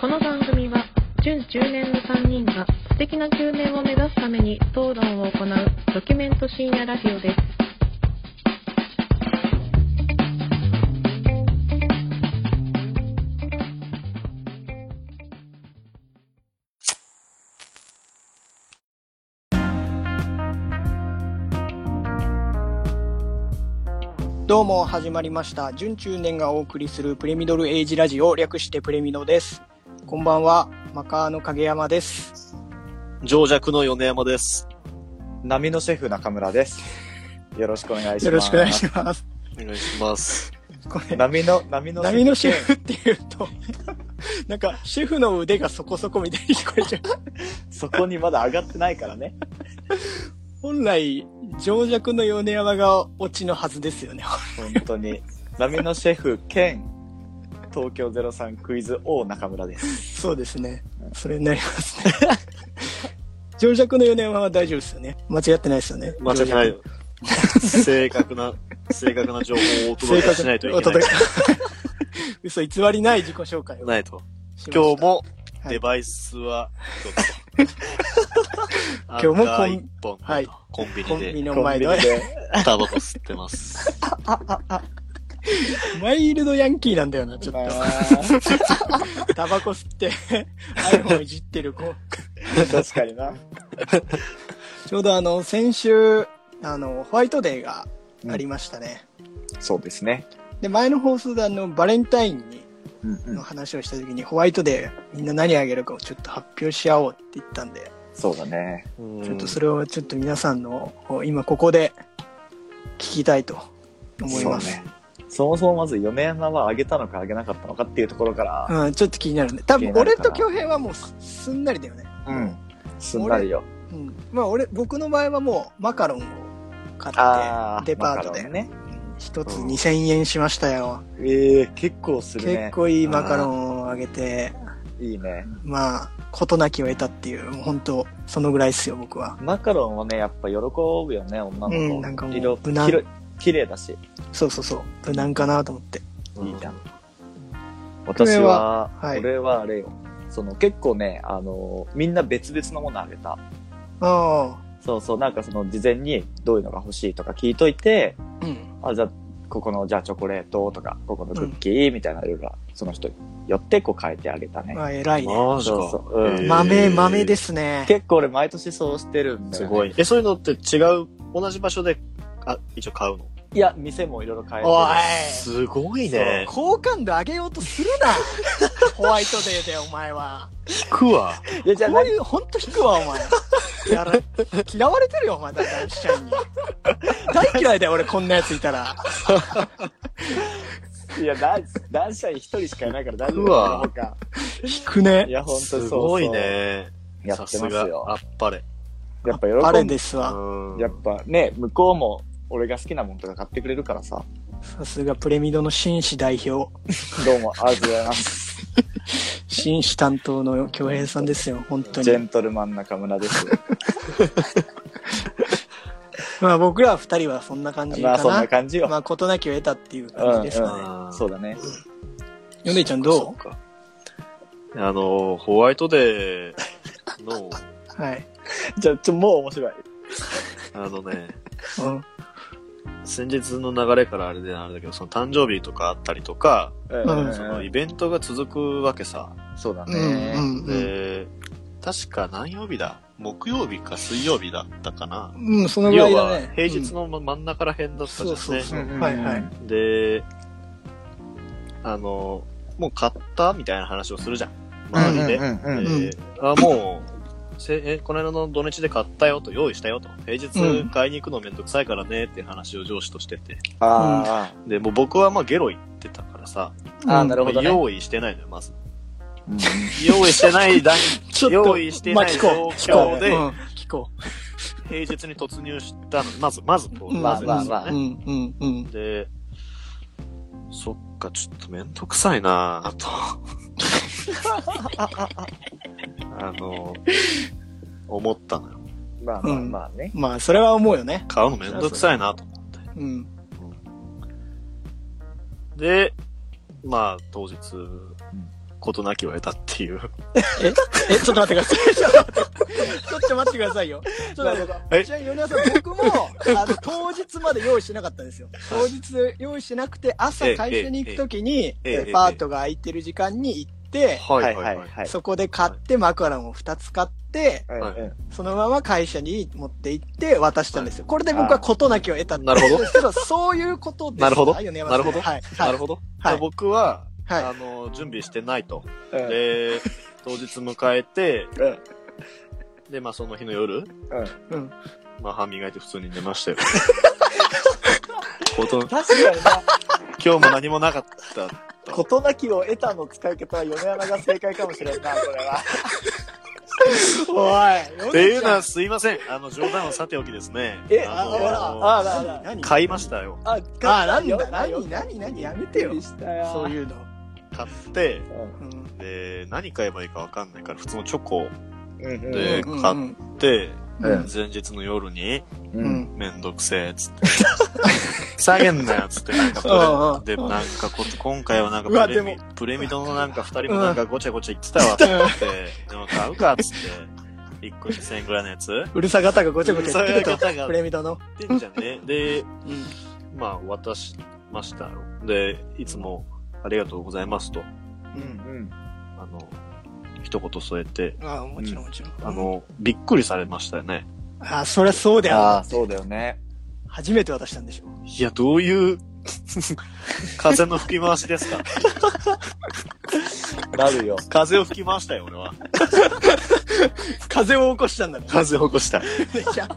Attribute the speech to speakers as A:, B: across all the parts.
A: この番組は準10年の3人が素敵な9年を目指すために討論を行うドキュメント深夜ラジオです。
B: どうも始まりました準中年がお送りするプレミドルエイジラジオ略してプレミドですこんばんはマカーの影山です
C: 情弱の米山です。
D: 波のシェフ中村です。よろしくお願いします。
B: よろしくお願いします
C: お願い します。
B: これ
D: 波の、波の
B: 波のシェフっていうと なんかシェフの腕がそこそこみたいに聞こえちゃう
D: そこにまだ上がってないからね。
B: 本来情弱の米山がオチのはずですよね
D: 本当に。波のシェフ兼、東京03クイズ王中村です。
B: そうですねそれになりますね 情弱の米山は大丈夫ですよね間違ってないですよね
C: 間違いないよ。正確 な、正確な情報をお届けしないといけない。
B: 嘘偽りない自己紹介を
C: ないと。
B: しました
C: 今日も
B: はい
C: デバイスは、
B: 今日もコン
C: 今日も
B: は
C: 本
B: い
C: とコンビ
B: コ
C: ニ
B: ンビニ
C: で
B: の
D: コン
B: 前
D: ビ
B: の
D: ニで。
C: タバコ吸っ てます。
B: マイルドヤンキーなんだよな、ちょっと。タバコ吸って、iPhone いじってる 子。
D: 確かにな。
B: ちょうどあの、先週、あの、ホワイトデーがありましたね。
D: そうですね。
B: で、前の放送であの、バレンタインに
D: うんう
B: の
D: ん。
B: 話をした時に、ホワイトデーみんな何あげるかをちょっと発表し合おうって言ったんで、
D: そうだね。
B: ちょっとそ
C: れ、
B: れをちょっと皆さんの、こう今ここで聞きたいと思います。
D: そうね。そもそもまず米山は上げたのか上げなかったのかっていうところから、
B: うん、ちょっと気になるね。多分、
D: 気にな
B: 俺
D: るかな
B: と京平はもうすすんなりだよね。
D: うん。すんなりよ。
B: うん、まあ俺僕の場合はもうマカロンを買
D: あ
B: っ
D: ー
B: てデパートで
D: マカロンね。
B: 一つ2000円しましたよ、
D: ええ結構するね。
B: 結構いいマカロンをあげて
D: いいね。
B: まあ事なきを得たっていうもう本当そのぐらいっすよ僕は
D: マカロンはね、やっぱ喜ぶよね、女の子。
B: うんなんかもう
D: 色、
B: 無難
D: きれ綺麗だし。
B: そうそうそう無難かなと思って
D: いいじゃん
C: う。
D: 私は、
B: はい
D: 俺はあれよ。その結構ね、あの、みんな別々のものあげた。
B: あ
D: そうそう、なんかその事前にどういうのが欲しいとか聞いといて、
B: あうん
D: あ、じゃあ、ここの、じゃあチョコレートとか、ここのクッキーみたいな色が、その人によってこう変えてあげたね。
B: まあ偉いね
C: マジか
D: そうそううん
C: へー
B: 豆豆ですね
D: 結構俺毎年そうしてるんだ
C: す
D: よ、ね。
C: ごい。え、そういうのって違う、同じ場所で、あ、一応買うの
D: いや、店もいろいろ変えてる。
B: おい
C: すごい
B: そう
C: ね。
B: 好感度上げようとするな ホワイトデーでお前は
C: 聞くわ。
D: いや、じゃあ
B: こういうほんと引くわお 前やら嫌われてるよお前だから社員に大嫌いだよ俺こんなやついたら
D: いや、男男子社員一人しかいないから大丈夫
C: うわ
D: だよ。
B: 引くね
D: いや、ほんとそうそう。
C: すごい。ね。
D: やってま
C: さ
D: す
C: すがあ
D: よ。
C: っぱれ。
D: やっぱ喜ぶ。
B: あれですわ
C: うん
D: やっぱね、向こうも俺が好きなものとか買ってくれるからさ。
B: さすがプレミドの紳士代表
D: どうも、ありがとうございます。
B: 紳士担当の恭平さんですよ本当
D: ジェ
B: に
D: ントルマン中村です。
B: まあ僕ら二人はそんな感じ
D: ま
B: か
D: あ、そんな
B: な
D: 感じよ。
B: まあ事なきを得たっていう感じです
D: ぱ
B: かね
C: うん
D: そうだね。
B: ヨネちゃんど
C: うあの、ホワイトデー の、
B: うはい、
D: じゃあ、ちょ、もう面白い。
C: あのね、
B: うん、
C: 先日の流れからあれであれだけど、その誕生日とかあったりとか、
D: うん
B: うん
C: そのイベントが続くわけさ。
D: そうだ
B: う
D: ね
B: ん。うんうん
C: で、確か何曜日だ木曜日か水曜日だったかな。
B: うんそのぐら
C: 要
B: いだ
C: は
B: ね
C: 平日の真ん中ら辺だった
B: そう
C: です
B: そう
C: ね。
B: そう、
D: うん
B: はいはい
C: で、あの、もう買ったみたいな話をするじゃん。周りで。
D: うんうんうん
C: えーあもうせえこの間の土日で買ったよと用意したよと平
B: う
C: 日
B: ん
C: 買いに行くのめんどくさいからねっていう話を上司としてて
D: あー
C: でもう僕はまあゲロ言ってたからさ、
D: あー、
B: うん
D: なるほどね。
C: 用意してないのよまず
D: うん
C: 用意してない段
B: ちょっと
C: 用意してない
B: まあ聞こ
C: 状
B: う
C: 況で
B: うん聞こ
C: 平日に突入したのまずまずこ
B: う
C: う
B: うん
D: まあまあま
B: うんうんうん
C: でそっかちょっとめんどくさいなぁと あの思ったのよ
D: まあまあまあね。
B: まあ、それは思うよね。
C: 買うのめんどくさいなと思って
B: うん。
C: で、まあ、当日、ことなきを得たっていう。
B: ええ、ちょっと待ってください。ちょっと待ってちょっと待ってくださいよ。ちょっと待ってくださ
C: え
B: い。ちなみに、米田さん、僕も、あの、当日まで用意してなかったんですよ。当日用意してなくて、朝会社に行くときに、
C: ええええええええ
B: パートが空いてる時間に行って、
C: は
D: はい
B: そこで買って、マカロンを2つ買って、
D: はいはい
B: そのまま会社に持って行って渡したんですよ。これで僕は事なきを得たん
C: なるほど
B: ですけど、そういうことです。
C: なるほど
B: はい米山
C: な
B: さん
C: るほど
B: はい。
C: な
B: は
C: る
B: い。
C: ほど。
B: はい
C: 僕は、
B: はい
C: あの、準備してないと。
D: うんうん
C: で、当日迎えて、
D: うん
C: で、まあその日の夜、
D: うん
B: うん。
C: まあ歯磨いて普通に寝ましたよ。こと
D: 確かにな、
C: 今日も何もなかった。
D: 事なきを得たの使い方は米山が正解かもしれんな、これは。
B: おい。
C: っていうのは
B: す
C: すいません。あの、冗談はさておきですね。
D: え、
C: あ
D: あ
C: の
D: ら、あら、あら。
B: 何
C: 買いましたよ。
D: あ、
B: あ、な
D: 買っ
B: ん
D: たよ
B: だ、何、何、何、やめてよ
D: びっくり。したよ
B: そういうの。
C: 買って、
D: うん
B: うん
C: で、何買えばいいかわかんないから、普通のチョコを
D: うん
C: で
B: うんうんうん
C: 買買って、
D: うん
C: 前日の夜に、
D: う
B: うんん。
C: めんどくせえ、つって。下げんなよ、つって。なんかプレ
B: うんうん
C: で、なんかこ、今回はなん
B: うわ
C: かプレ
B: で
C: ミ、プレミドのなんか二人もなんかごちゃごちゃ言ってたわ、って。でも買うか、つって。一個二千円ぐらいのやつ売
B: うるさ方がごちゃごちゃ言ってる
C: うる
B: と
C: さ方が
B: プレミドの。
C: ってんじゃんね。で、
B: うん。
C: まあ、渡しましたよ。で、いつもありがとうございますと、
B: うん。
C: あの、一言添えて、
B: ああ、もちろんもちろん。
C: あ、の、びっくりされましたよね。
B: ああ、そりゃそうだよ。
D: ああ、そうだよね。
B: 初めて渡したんでしょ。
C: いや、どういう、 風の吹き回しですか
D: なる よ。
C: 風を吹き回したよ、俺は。
B: 風を起こしたんだね。
C: 風を起こした。
B: じゃあ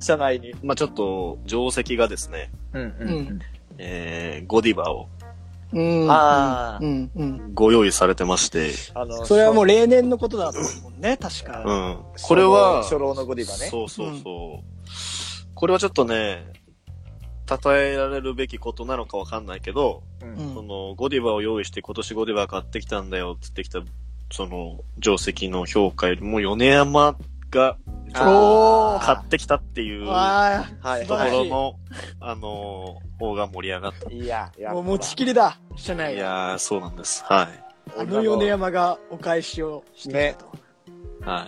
D: 社内に。
C: まあちょっと、定石がですね、
D: うん
B: うん
C: えー、ゴディバを
B: うん。
D: あー
B: うん、うん。
C: ご用意されてまして、
D: あの
B: それはもう例年のことだと思うもんね、確
D: う
B: か
D: ん。
C: うん。これは、
D: 初老のゴディバね。
C: そうそうそう。これはちょっとね、称えられるべきことなのかわかんないけど、
D: う
B: うんん
C: その、ゴディバを用意して、今年ゴディバ買ってきたんだよって言ってきた、その、定石の評価よりも、米山が
B: おー
C: 買ってきたっていうと
B: わ
D: は
B: 素晴
C: こ
B: らしい
C: ろの、あのー、方が盛り上がっ
D: い。いや、い
B: あ、
D: や。
B: もう持ちきりだ、社
C: た。
B: 内
C: い
B: が。
C: やー、そうなんです。はい。
B: あの米山がお返しをしていたと。
C: はい。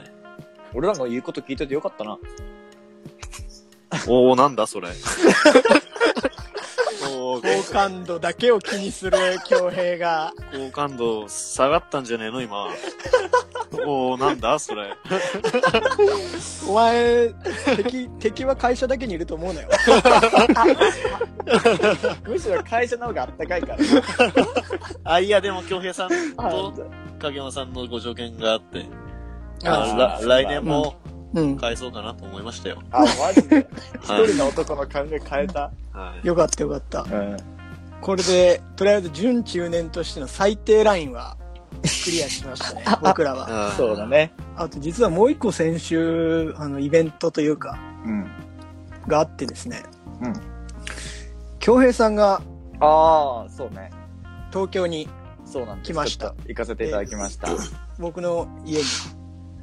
D: 俺らの言うこと聞いててよかったな。
C: おー、なんだ それ。おー、
B: 好感度だけを気に する恭平が。
C: 好感度下がったんじゃねえの今。おー、なんだそれ。
B: お前、敵、敵は会社だけにいると思うなよ。
D: むしろ会社の方があったかいから。
C: あ、いや、でも、京平さん
D: あ
C: と影山さんのご条件があって、
D: あ
C: あら
D: そうだ
C: 来年も
B: うん。
C: 返そうかなと思いましたよ。
D: あ、マジで。
C: はい
D: 一人の男の考え変えた。
C: はい。
B: よかったよかった。
D: うん。
B: これで、とりあえず準中年としての最低ラインは、クリアしました ね、僕らは。
C: あー
D: そうだ。ね。
B: あと実はもう一個先週、あの、イベントというか、
D: うん。
B: があってですね。
D: うん。
B: 京平さんが
D: ああ、そうね。
B: 東京に、
D: そうなんです。
B: 来ました
D: ちょっと行かせていただきました。
B: 僕の家に、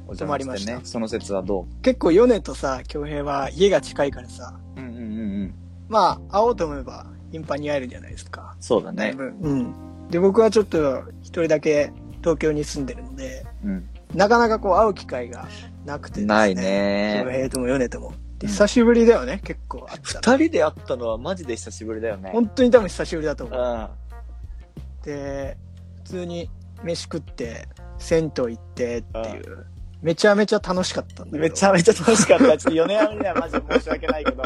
D: お
B: 泊
D: 邪
B: ま
D: 魔
B: りま
D: し
B: してた
D: ね。その説はど
B: 結構ヨネとさ、京平は家が近いからさ、
D: ううんうんうんうん。
B: まあ、会おうと思えば頻繁に会えるじゃないですか。
D: そうだ
B: だい
D: ね。
B: ぶうん。で、僕はちょっと一人だけ東京に住んでるので、
D: うん。
B: なかなかこう会う機会がなくてですね。
D: ない
B: 京
D: ね。
B: 平ともヨネとも。で
D: うん
B: 久しぶりだよね、結構会ったの。
D: 二人で会ったのはマジで久しぶりだよね。
B: 本当に多分久しぶりだと
D: う
B: 思う。
D: ん。
B: で、普通に飯食って、銭湯行ってっていう。めちゃめちゃ楽しかったんだけど。
D: めちゃめちゃ楽しかった。ちょっと4年半にはマジで申し訳ないけど。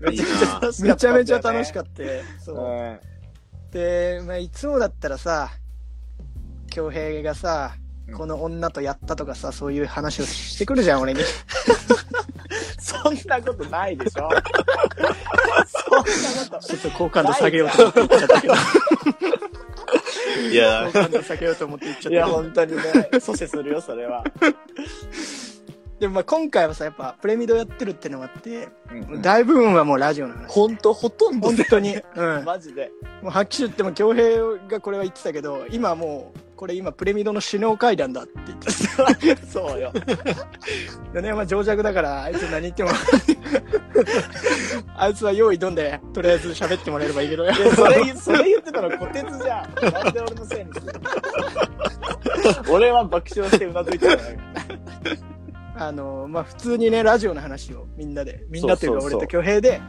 D: めちゃめちゃ楽しかったんだよね、
B: めちゃめちゃ楽しか
D: っ
B: った。そう。で、まあ、いつもだったらさ、恭平がさ
D: う、ん
B: この女とやったとかさ、そういう話をしてくるじゃん、 俺に。
D: そんなことないでしょ。そんなこと。
B: ちょっと好感度下げようと思って言っちゃったけど。
C: いや
B: 好、感度下げようと思って言っちゃっ
D: い
B: た
D: や、
B: けど。
D: 本当にね、阻止するよ、それは。
B: でもまあ今回はさ、やっぱプレミドやってるってのもあって、
D: うん
B: 大部分はもうラジオの話。
D: 本当ほとんど
B: 本
D: ね
B: 当に。うん。 も
D: マジで。
B: うはっきり言っても恭平がこれは言ってたけど、今もう、これ今プレミドの首脳会談だって言ってた。
D: そうよ。
B: 米山情弱だから、あいつ何言って も。あいつは用意どんで、とりあえず喋ってもらえればいいけどよ。
D: いやそれ、それ言ってたの、虎鉄じゃん。なんで俺のせいにするの俺は爆笑してうなずいてる。
B: あの、まあ、普通にね、ラジオの話をみんなで、みんなというか俺
D: そうそうそう
B: と挙兵で、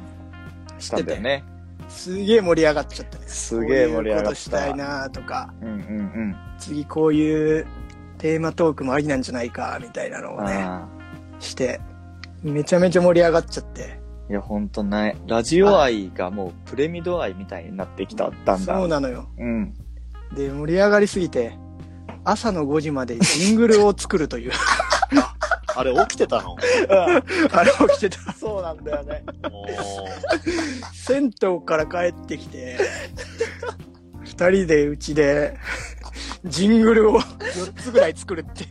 D: し
B: したて
D: んだよ
B: て、
D: ね。
B: すげえ盛り上がっちゃったね。
D: すげえ盛り上
B: こういう
D: が
B: こと
D: っ
B: した
D: た
B: い。なとか、
D: うんうんうん。
B: 次こういうテーマトークもありなんじゃないか、みたいなのをね、
D: あ
B: して、めちゃめちゃ盛り上がっちゃって。
D: ーいや、ほんとない。ラジオ愛がもうプレミド愛みたいになってきた、だんだん。
B: そうなのよ。
D: うん。
B: で、盛り上がりすぎて、朝の5時までジングルを作ると いう、
C: あれ起きてたの
B: あれをしてた。
D: そうなんだよね。
C: も
B: 銭湯から帰ってきて、二人でうちで、ジングルを4つぐらい作るって。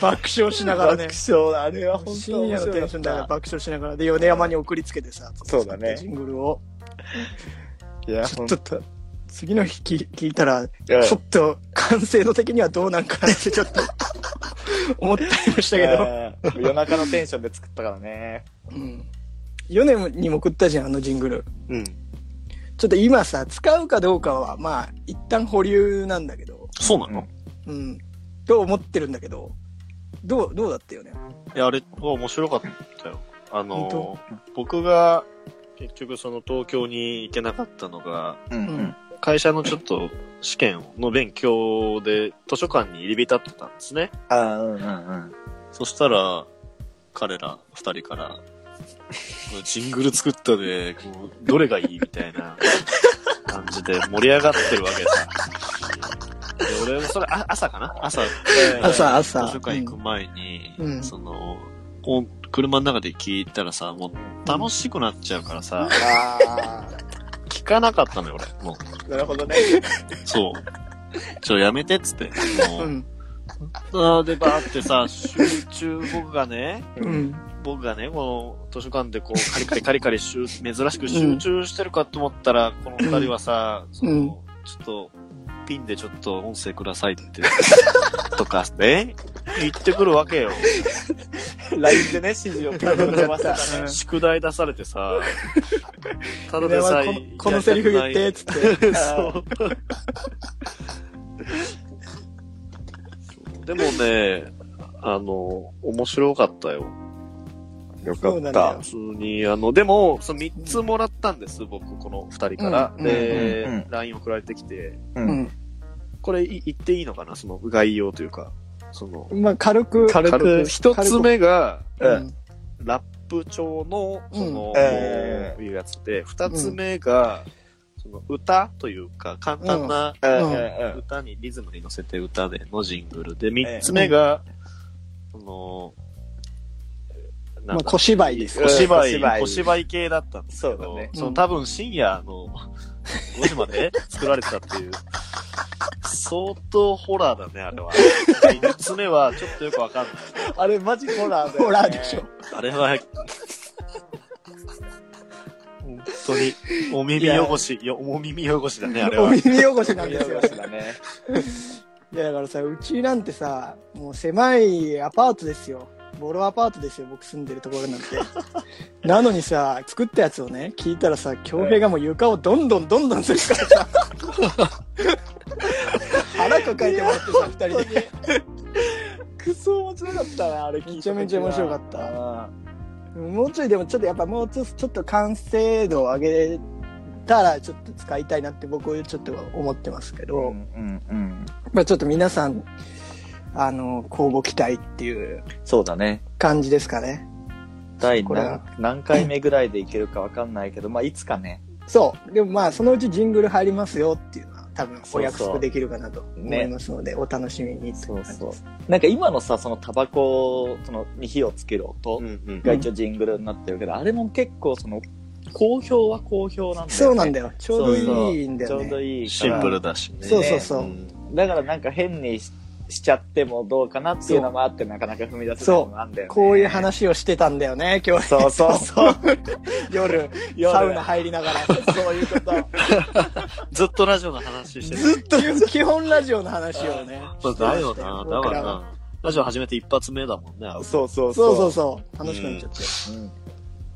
B: 爆笑しながらね。
D: 爆笑、あれは本当
B: 深夜のテンションだから爆笑しながらで米山に送りつけてさ
D: そうだね
B: ジングルを
D: いや、
B: ち
D: ほ
B: ょ
D: ん
B: っと次の日聞聞いたら
D: うん
B: ちょっと完成度的にはどうなんかな ってちょっと思ったりましたけど、
D: うん夜中のテンションで作ったからね。
B: うん、米にも送ったじゃんあのジングル
C: う、うん。
B: ちょっと今さ使うかどうかはまあ一旦保留なんだけど
C: そうなの、
D: うん
C: い
B: うんと思ってるんだけどどうどうだったよね
C: や、あれは面白かったよ。あの
B: 本、
C: 僕が結局その東京に行けなかったのが、
D: うん
B: うん
C: 会社のちょっと試験の勉強で図書館に入り浸ってたんですね。
D: ああ、うんうんうん。
C: そしたら、彼ら二人から、ジングル作ったで、こうどれがいいみたいな感じで盛り上がってるわけさ。で俺もそれあ朝かな朝、
B: 朝朝
C: 図書館行く前に、
B: うん
C: その、こう車の中で聞いたらさ、もう楽しくなっちゃうからさ、
D: ああ、
C: 聞かなかったのよ、俺。もう、
D: なるほどね。
C: そう。ちょ、やめてっつって。
B: う
C: もうんあーで、バーってさ、集中、僕がね、
B: う。ん
C: 僕がね、この図書館でこう、カリカリカリカリしゅ、珍しく集中してるかと思ったら、この二人はさ、その、
B: うん
C: ちょっと、ピンでちょっと音声くださいって、とか、ね、言ってくるわけよ。
D: LINE でね、指示をピンポン飛ばしてたね。
C: 宿題出されてさ、ただ
B: 米
C: で
B: 山
C: さ
B: こ
C: え
B: の、このセリフ言って
C: や
B: っ
C: り
B: つ
C: た
B: っ
C: く
B: て
C: ない。そう。でもね、あの、面白かったよ。
D: よ
B: そうなんだよ
C: 普通に、あの、でも、その3つもらったんです、僕、この2人から。
B: うん
D: うんうん
C: で
D: う、
C: LINE 送られてきて、
B: う
D: う。
B: んん
C: これい言っていいのかなその概要というか、その、
B: まあ軽く
C: 軽く、1つ目が、
B: う
D: うん
B: ん
C: ラップ調の、その、こ
D: え
C: ういうやつで、2つ目が、その、歌というか、簡単な
D: うんんうん
C: 歌に、リズムに乗せて歌でのジングルで、3つ目が、その、な
B: ま
C: ん
B: あ
C: だ
B: 小芝居です
C: 小芝居、
D: 小芝居
C: 小芝居系だったんですけど、
D: そうだね
C: そうの
B: ん
C: 多分深夜の 5時まで作られてたっていう、相当ホラーだね、あれは。3つ目はちょっとよくわかんない。
D: あれマジホラーだよね
B: ホラーでしょ。
C: あれは、本当に、お耳汚し、よお耳汚しだね、あれ
B: お
C: は。
B: 耳汚しなん
D: 見
B: ですよ
D: 逃しだね。
B: いやだからさうちなんてさもう狭いアパートですよボロアパートですよ僕住んでるところ なんてなのにさ作ったやつをね聞いたらさ京平がもう床をどんどんどんどんするからさ腹抱えてもらってさ二人で
D: クソ面白かったな、あれ聞いた時は
B: めちゃめちゃ面白かった
D: あ
B: もうちょいでもちょっとやっぱもうちょちょっと完成度を上げたらちょっと使いたいなって僕はちょっと思ってますけ
D: ー
B: ど、
D: うんうん。
B: まあちょっと皆さんあの公募期待っていう
D: そうだね。
B: 感じですかね
D: 第
B: これは
D: 何何回目ぐらいでいけるかわかんないけど、まあいつかね。
B: そう。でもまあ、そのうちジングル入りますよっていうのは、多分お約
D: そうそ
B: 束
D: う
B: できるかなと思
D: ね
B: いますので、お楽しみにってい感じです
D: そうなんか今のさ、そのタバコそのに火をつける音
C: うんうん
D: が一応ジングルになってるけど、あれも結構その、好評は好評なんだよね。
B: そうなんだよ。ちょうど
D: そう
B: いいんだよ
D: ちょうど
B: ね。
D: いいか
C: シ
D: ら。
C: ンプルだしね。
B: そうそうそうん
D: だからなんか変にししちゃってもどうかなっていうのもあって、なかなか踏み出せないのもあんだよね。
B: こういう。話をしてたんだよね、今日。
D: そうそうそう。
B: 夜、
D: 夜
B: サウナ入りながら。
D: そういうこと。
C: ずっとラジオの話してる。
B: ずっと基本ラジオの話をね。
C: そうだよな、だ
B: 僕
C: からら
B: は。
C: な。ラジオ始めて一発目だもんね、会う
D: そうそうそ。
B: そううそうそう。楽しくなっちゃって。
D: う。ん、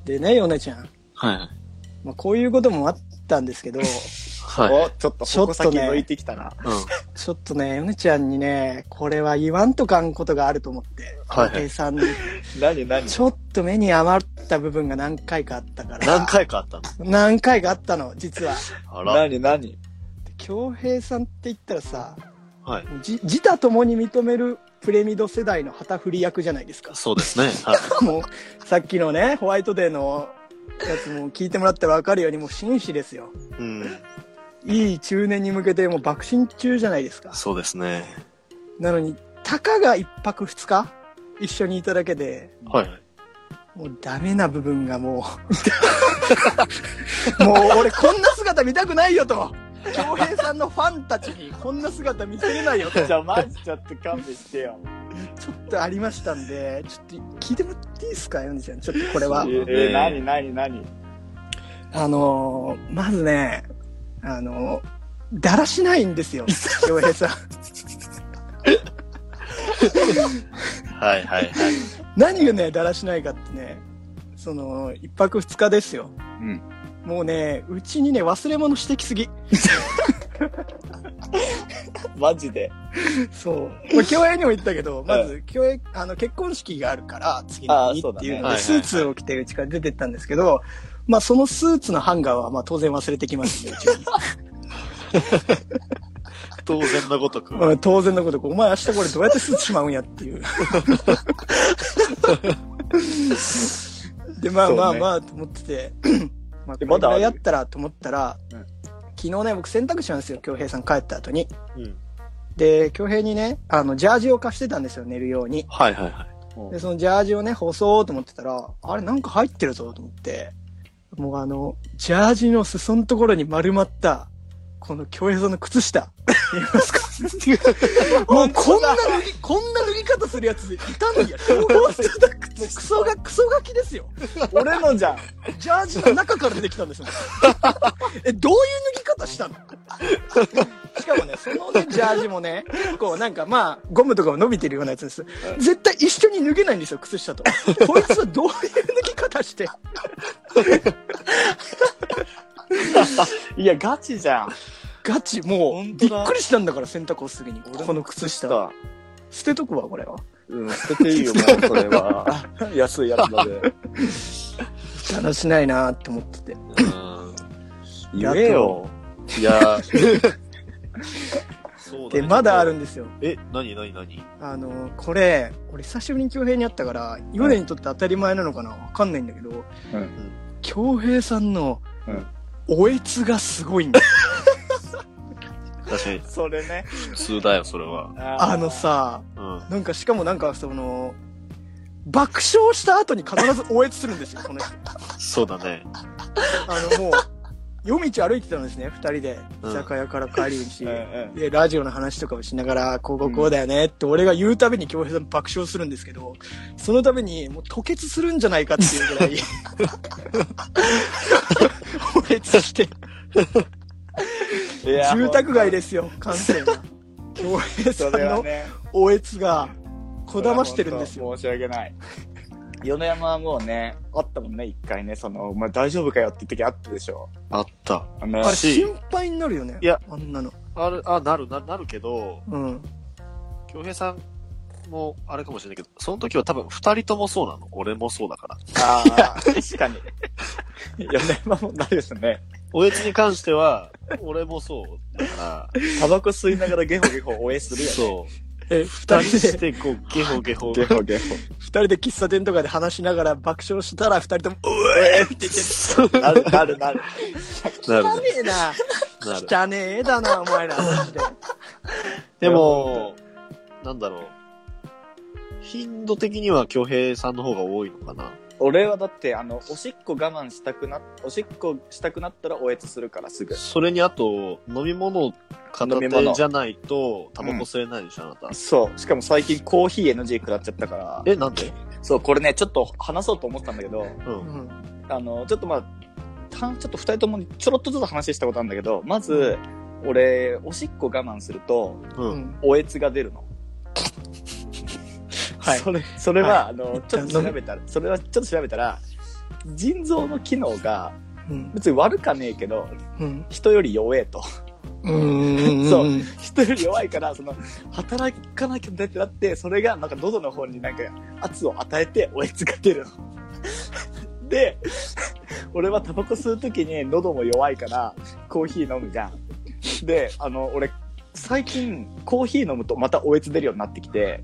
B: でね、ヨネちゃん。
C: はい。
B: まあ、こういうこともあったんですけど、
C: は
D: おちょっと矛先向いてきたな、
C: い。うん。
B: ちょっとね、ヨネちゃんにね、これは言わんとかんことがあると思って、
C: はい
B: 計算で。
D: 何何
B: ちょっと目に余った部分が何回かあったから。
C: 何回かあった
B: 何回かあったの、実は。
C: のあら。
D: 何何
B: で京平さんって言ったらさ、
C: はい。
B: じ自他ともに認めるプレミド世代の旗振り役じゃないですか。
C: そうですね。はい。
B: もう、さっきのね、ホワイトデーのやつも聞いてもらったらわかるように、もう紳士ですよ。
C: うん。
B: いい中年に向けて、もう爆心中じゃないですか。
C: そうですね。
B: なのに、たかが一泊二日一緒にいただけで、
C: はい。
B: もうダメな部分がもう、 もう俺こんな姿見たくないよと。京平さんのファンたちにこんな姿見せれないよと。
D: じゃあマジちょっと勘弁してよ
B: ちょっとありましたんで、ちょっと聞いてもらっていいですか、ヨネちゃん。ちょっとこれは
C: そう
D: え。ー、何何何
B: あのー、まずね、あのー、だらしないんですよ、京平さん。
C: はいはいはい。
B: 何がね、だらしないかってね、その、一泊二日ですよ。
D: うん
B: もうね、うちにね、忘れ物してきすぎ。
D: マジで
B: そう。まあ、競泳にも言ったけど、まず、競泳、あの、結婚式があるから、次
D: あ
B: の
D: あ
B: 日
D: そう
B: っ
D: だ
B: て
D: ね
B: いうので
C: はいはいはい
B: スーツを着てうちから出てったんですけど、まあ、そのスーツのハンガーは、まあ、当然忘れてきますんで、うち に
C: 当然のごとく。
B: まあ当然のこと、お前明日これどうやってスーツしまうんやっていう。で、まあ
D: そうね
B: まあまあ、と思って て、まあ、こ
D: え
B: れぐ
D: まだあ
B: ら
D: る
B: いやったらと思ったら、
D: うん
B: 昨日ね、僕洗濯したんですよ、京平さん帰った後に。
C: うん
B: で、京平にね、あの、ジャージを貸してたんですよ、寝るように。
C: はいはいはい。
B: で、そのジャージをね、干そうと思ってたら、あれなんか入ってるぞと思って、もうあの、ジャージの裾のところに丸まった、この京平さんの靴下、見えますかもうこんな脱ぎ、こんな脱ぎ方するやついたのや。本当だ、もうクソが、クソガキですよ。
D: 俺のじゃん
B: ジャージの中から出てきたん ですよ。え、どういう脱ぎ方したのしかもね、そのね、ジャージもね、結構なんかまあ、ゴムとかも伸びてるようなやつです。絶対一緒に脱げないんですよ、靴下と。こいつはどういう脱ぎ方して。
D: いやガチじゃん
B: ガチ、もう、び
D: 本当
B: っ
D: だ
B: くりしたんだから、洗濯をすぐに。この靴下。捨てとくわ、これは。
D: うん捨てていいよもうそれは 安いやつまで
B: だらしないなーって思ってて。
D: 言えよ
C: い やーそうだ
B: で、
C: ね
B: まだある。んですよ。
C: え、なになになに
B: あの、これ、俺久しぶりに京平に会ったから、今までにとって当たり前なのかなわかんないんだけど、
D: うん
B: 京平さんの
D: うん、
B: おえつがすごいん だよ。
C: 確かに
D: それね
C: 普通だよ、それは。
B: あのさ、
C: うん。
B: なんかしかもなんかその、爆笑した後に必ずおえつするんですよ、この人。
C: そうだね。
B: あの、もう、夜道歩いてたんですね、二人で。居酒屋から帰り
D: う
B: 道。
D: んうん
B: で、ラジオの話とかをしながら、こうこうこうだよねって俺が言うたびに京平さん爆笑するんですけど、そのたびにもう吐血するんじゃないかっていうぐらい、 吐血して、
D: いや
B: 住宅街ですよ、感染が。京平さ
D: そ
B: ん
D: れは
B: の
D: ね
B: おえつが、こだましてるんですよ。
D: 申し訳ない。 米山はもうね、あったもんね、一回ね、その、お前大丈夫かよって時あったでしょ。
C: あった。
D: あの
B: あれ
C: れしい
B: 心配になるよね。
C: いや
B: あんなの。
C: ある、あ、なる、ななるけど、
B: うん。
C: 京平さんもあれかもしれないけど、その時は多分二人ともそうなの。俺もそうだから。
D: ああ、確かに。 米山もないですね。
C: おやつに関しては、俺もそうだか
D: タバコ吸いながらゲホゲホ応援す
C: ら。
D: るよね。
C: そう。
B: え、
C: 二
B: 二
C: 人
B: 人
C: し
B: で、
C: て、こう、ゲホゲホ。
D: ゲホゲホ。
B: 二人で喫茶店とかで話しながら爆笑したら二人とも、うえーって言って、
D: なるなるなる。
C: なる
B: 汚ねえな。
C: なる。
B: 汚ねえ絵だな、お前ら。マジで。
C: でも、なんだろう。頻度的には京平さんの方が多いのかな。
D: 俺はだって、あの、おしっこ我慢したくな、おしっこしたくなったら応援するからすぐ。
C: それにあと、飲み物片
D: 飲み物
C: 手じゃないと、タバコ吸えないでしょ、あなた。
D: そう。しかも最近コーヒー NG 食らっちゃったから。
C: え、なんで
D: そう、これね、ちょっと話そうと思ったんだけど、
C: う。
B: うんん。
D: あの、ちょっとまあ、たちょっと二人ともにちょろっとずつ話したことあるんだけど、まず、俺、おしっこ我慢すると、
C: う。
B: うんん。
D: おえつが出るの。
B: はい
D: それ、それは、
B: はい
D: あの、ちょっと調べたら、それはちょっと調べたら、腎臓の機能が、
B: うん。
D: 別に悪かねえけど、
B: うん。
D: 人より弱えと。
B: うん。。
D: そうん人より弱いから、その、働かなきゃってなって、それがなんか喉の方になんか圧を与えて、おえつが出るの。 で、俺はタバコ吸うときに喉も弱いから、コーヒー飲むじゃん。で、あの、俺、最近、コーヒー飲むとまたおえつ出るようになってきて、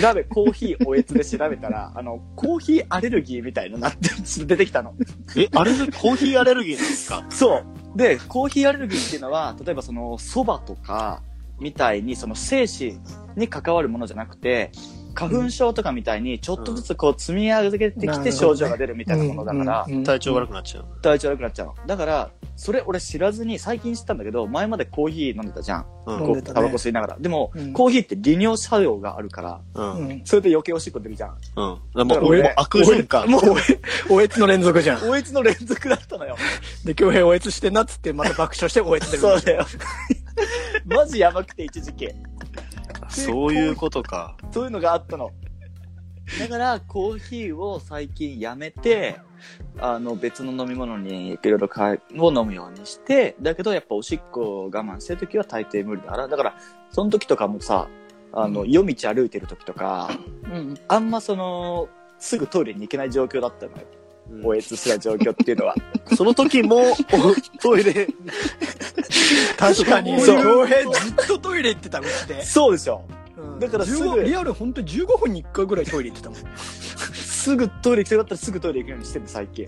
D: 調べ、コーヒーおえつで調べたら、あの、コーヒーアレルギーみたいなのなって、 出てきたの。
C: え、あれコーヒーアレルギーなんですか
D: そう。で、コーヒーアレルギーっていうのは、例えばその、蕎麦とか、みたいに、その精子に関わるものじゃなくて、花粉症とかみたいに、ちょっとずつこう積み上
B: な
D: げて
B: る
D: き
B: ほどね
D: て症状が出るみたいなものだから、
B: うん
C: 体調悪くなっちゃう。
D: 体調悪くなっちゃうの。だから、それ俺知らずに、最近知ったんだけど、前までコーヒー飲んでたじゃん。
C: うん
B: 飲
D: こ
B: んで
D: う
B: たね
D: タバコ吸いながら。でも、
B: うん
D: コーヒーって利尿作用があるから、
C: うん。うん。
B: うん
D: それで余計おしっこ出るじゃん。
C: だからもう、
D: だから
C: も
D: 俺
C: う悪循環。
B: もう、おえつの連続じゃん。
D: おえつの連続だった のよ。
B: で、恭平おえつしてんなっつって、また爆笑しておえつ出る。
D: そうだよ。 マジやばくて、一時期。
C: そういうことか。
D: そういうのがあったの。だから、コーヒーを最近やめて、あの、別の飲み物にいろいろ変え、を飲むようにして、だけどやっぱおしっこを我慢してるときは大抵無理だから、だから、その時とかもさ、あの、夜道歩いてる時とか、
B: うん。
D: あんまその、すぐトイレに行けない状況だったのよ。
C: うん
D: おえつすら状況っていうの は。
C: その時 も、おトイレ、
B: 確かに、
D: そう
B: 恭平ずっとトイレ行ってたうちで。
D: そうでしょ。
B: うん
D: だからすぐ
B: 15リアル本当15分に1回ぐらいトイレ行ってたもん。
D: すぐトイレ行きたかったらすぐトイレ行くようにしてる最近。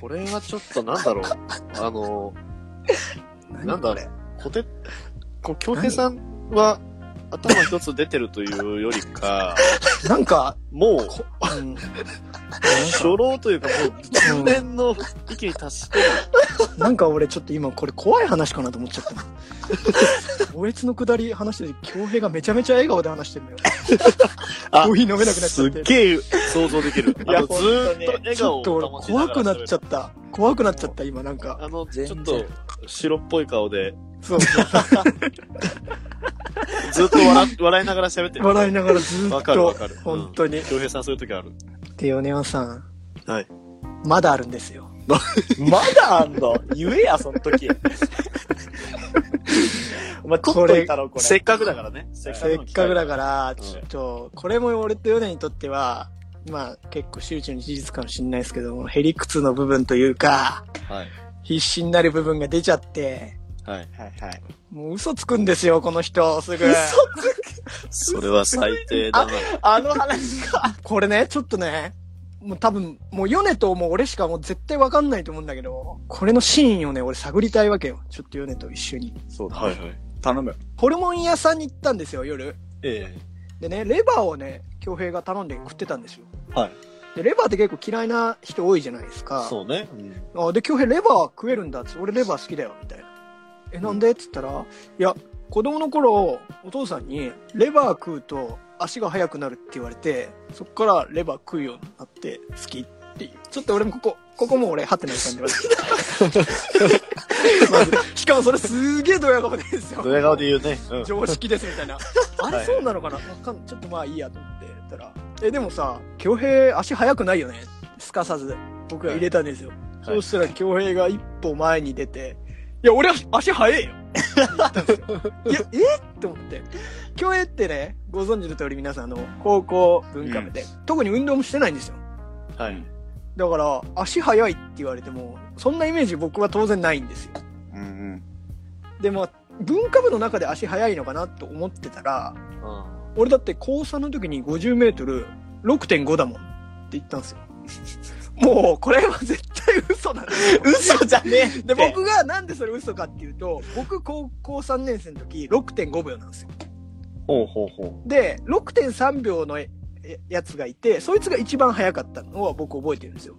C: これはちょっとなんだろう。あの、なんだろう。こて、こう、京平さんは頭一つ出てるというよりか、
B: なんか、
C: もう、
B: うん
C: 初老というか、もう、中年の域に達してる。
B: なんか俺ちょっと今これ怖い話かなと思っちゃったな。 おえつのくだり話してて、恭平がめちゃめちゃ笑顔で話してるのよ。
C: あ
B: コーヒー飲めなくなっち
C: す
B: ゃっ。
C: ってげえ想像できる。あ
D: や
C: の、ずーっと笑
B: ちょ
C: 顔
B: っと俺
C: を保ちな
B: 怖
C: がら
B: くなっちゃった。怖くなっちゃった今なんか。
C: あの、ち
D: 全
C: ょっ
D: 然
C: と白っぽい顔で、
B: そう。
C: ずっと笑笑いながら喋って る。
B: 笑いながらずっ
C: わかるわ
B: と。
C: かる。
B: 本当に
C: うん。。京平さんそういう時ある。
B: で、米山さん。
C: はい。
B: まだあるんですよ。
D: まだあんの 言えや、その時。お前、取っといたろ、これ。
C: せっかくだからね。せっ
B: せっかくだ
C: か
B: から、
C: うん
B: ちょっと、これも俺と米にとっては、まあ結構周知の事実かもしれないですけども、ヘリクツの部分というか、
C: ら。はい。
B: 必死になる部分が出ちゃって、
C: はい。
D: はいはい。
B: もう嘘つくんですよ、この人、すぐ。
C: それは最低だな。
D: あの話か。
B: これね、ちょっとね、もう多分、もうヨネともう俺しかもう絶対わかんないと思うんだけど、これのシーンをね、俺探りたいわけよ。ちょっとヨネと一緒に。
D: そうだ、
C: はいはい。
D: 頼む。
B: ホルモン屋さんに行ったんですよ、夜。
C: え
B: でね、レバーをね、京平が頼んで食ってたんですよ。
C: はい。
B: で、レバーって結構嫌いな人多いじゃないです
C: え。
B: か。
C: そうね。
B: あで、京平レバー食えるんだっつって俺レバー好きだよ、みたいな。え、なんでっつったら、いや、子供の頃、お父さんに、レバー食うと足が速くなるって言われて、そっからレバー食うようになって、好きっていう。ちょっと俺もここ、ここも俺、ハテナに感じま した。まずしかもそれすげえドヤ顔ですよ。
C: ドヤ顔で言うね。うん。
B: 常識ですみたいな。あれそうなのかなわかんない。ちょっとまあいいやと思ってたら。え、でもさ、京平足速くないよねすかさず。僕が入れたんですよ。そうしたら京平が一歩前に出て、いや、俺は足速えよって言ったんですよいや、えって思って。京平ってね、ご存知の通り皆さんあの、高校文化部で、特に運動もしてないんですよ。
C: はい。
B: だから、足速いって言われても、そんなイメージ僕は当然ないんですよ。
D: うんうん。
B: で、まあ、文化部の中で足速いのかなと思ってたら、
C: うん
B: 俺だって高3の時に50メートル6.5だもんって言ったんですよ。もう、これは絶対嘘なんですよ。
D: 嘘じゃね え
B: で、僕がなんでそれ嘘かっていうと、僕高校3年生の時6.5秒なんですよ。
C: ほうほうほ
B: で、6.3秒のえやつがいて、そいつが一番早かったのは僕覚えてるんですよ。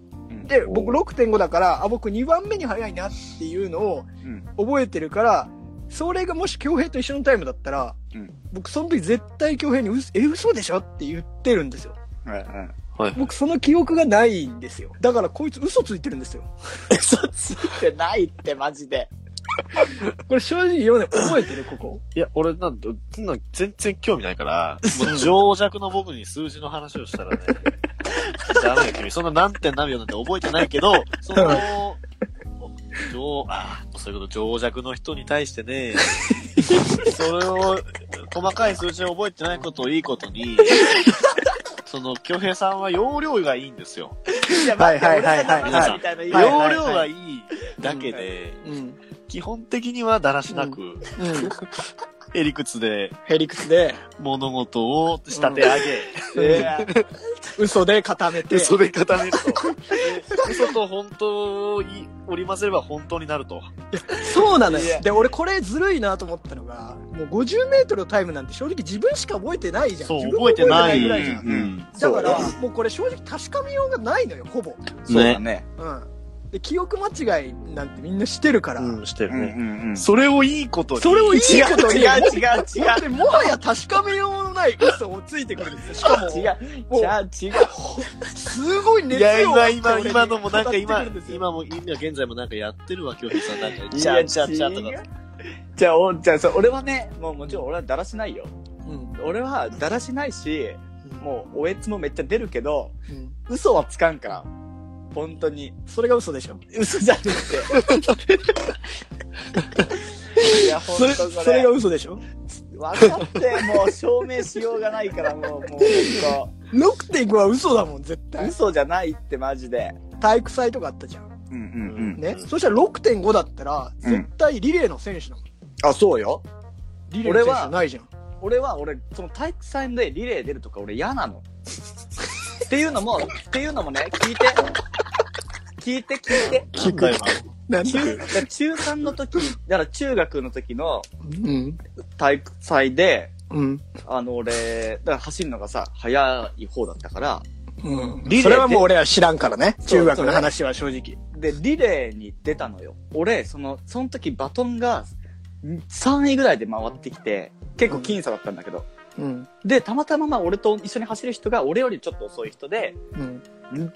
B: で、僕6.5だから、あ、僕2番目に早いなっていうのを
D: うん
B: 覚えてるから、それがもし京平と一緒のタイムだったら、
D: うん
B: 僕その時絶対京平に嘘、え、嘘でしょって言ってるんですよ。
D: はいはい。
C: う。はい。
B: 僕その記憶がないんですよ。だからこいつ嘘ついてるんですよ。
D: 嘘ついてないって、マジで。
B: これ正直言うね、覚えてるここ。
C: いや、俺なんて、そんな全然興味な いから、もう情弱の僕に数字の話を したらね、ダメよ、君。そんな何点何秒なんて覚えてないけど、その、情、あーそういうこと、情弱の人に対して ね、それを、細かい数字を覚えてないことをいいことに、その、京平さんは容量がいいんですよ。
D: いや待って
B: はいはいはい
D: 俺が話したみたいな
B: はい
D: よ
C: 容量がいいだけで、
B: うん。うん。
C: 基本的にはだらしなく、へりくつで
B: へりくつで、
C: 物事を仕立て上げ、
B: え
D: えー
B: 嘘で固めて。
C: で固めると。嘘と本当をい織り交ぜれば本当になると。
B: そうなの
D: い
B: よ
D: や。
B: で、俺これずるいなと思ったのが、もう50メートルのタイムなんて正直自分しか覚えてないじゃん。
C: そう、
B: 自分
C: 覚えてな
B: 覚え
C: い。
B: ぐらじゃん
C: ん。
B: だから
D: そ、
B: もうこれ正直確かめようがないのよ、ほぼ。う
D: そうだね。
B: ん。で、記憶間違いなんてみんなしてるから。
C: うん、してる
D: うん
C: ね。
D: うんうん。
C: それをいいことに。
B: それをいい
D: 違う
B: ことに、
D: 違う違う違う
B: 本当にもはや確かめようのない嘘をついてくるんですよ。しかも、
D: 違う。
B: もう
D: じゃあ違う。
B: すごい
C: い
B: 熱
C: や、
B: 量を持って
C: 今、今、
B: 俺に
C: 今のもなんか
B: 語っ
C: 今
B: てくるで、すよ
C: 今も、今現在もなんかやってるわ、京平さん。なんか、
D: い
C: ちゃ
D: や
C: ちゃちゃとか
D: 違。うじゃあ、おじゃあそう俺はね、もうもちろん俺はだらしないよ。
B: うん
D: 俺はだらしないし、もうおえつもめっちゃ出るけど、
B: うん
D: 嘘はつかんから。本当に。
B: それが嘘でしょ。
D: 嘘じゃなくて。いや、本
B: それ、
D: 当こ
B: それ
D: れ
B: が。嘘でしょ。
D: 分かって、もう証明しようがないから、もう、もう本
B: 6.5は嘘だもん、絶
D: 当、
B: 対。
D: 嘘じゃないってマジで。
B: 体育祭とかあったじゃん。
D: うん
C: んうん
B: ね。そしたら6.5だったら、
D: うん
B: 絶対リレーの選手なの。
D: あ、そうよ。
B: リレーの選手じゃないじゃん。
D: 俺は、俺、その体育祭でリレー出るとか俺嫌なの。っていうのも、っていうのもね、聞いて、聞いて聞いて。
C: 聞く。
B: なんで
D: 中、だから中3の時、だから中学の時の
B: うん。
D: 体育祭で、
B: うん。
D: あの、俺、だから走るのがさ、早い方だったから、
B: うん
D: リレーで
B: それはもう俺は知らんからね。
D: そう
B: 中学の話は正直。
D: で、リレーに出たのよ。俺、その、その時バトンが3位ぐらいで回ってきて、結構僅差だったんだけど。
B: うん。
D: で、たまたままあ俺と一緒に走る人が俺よりちょっと遅い人で、
B: うん。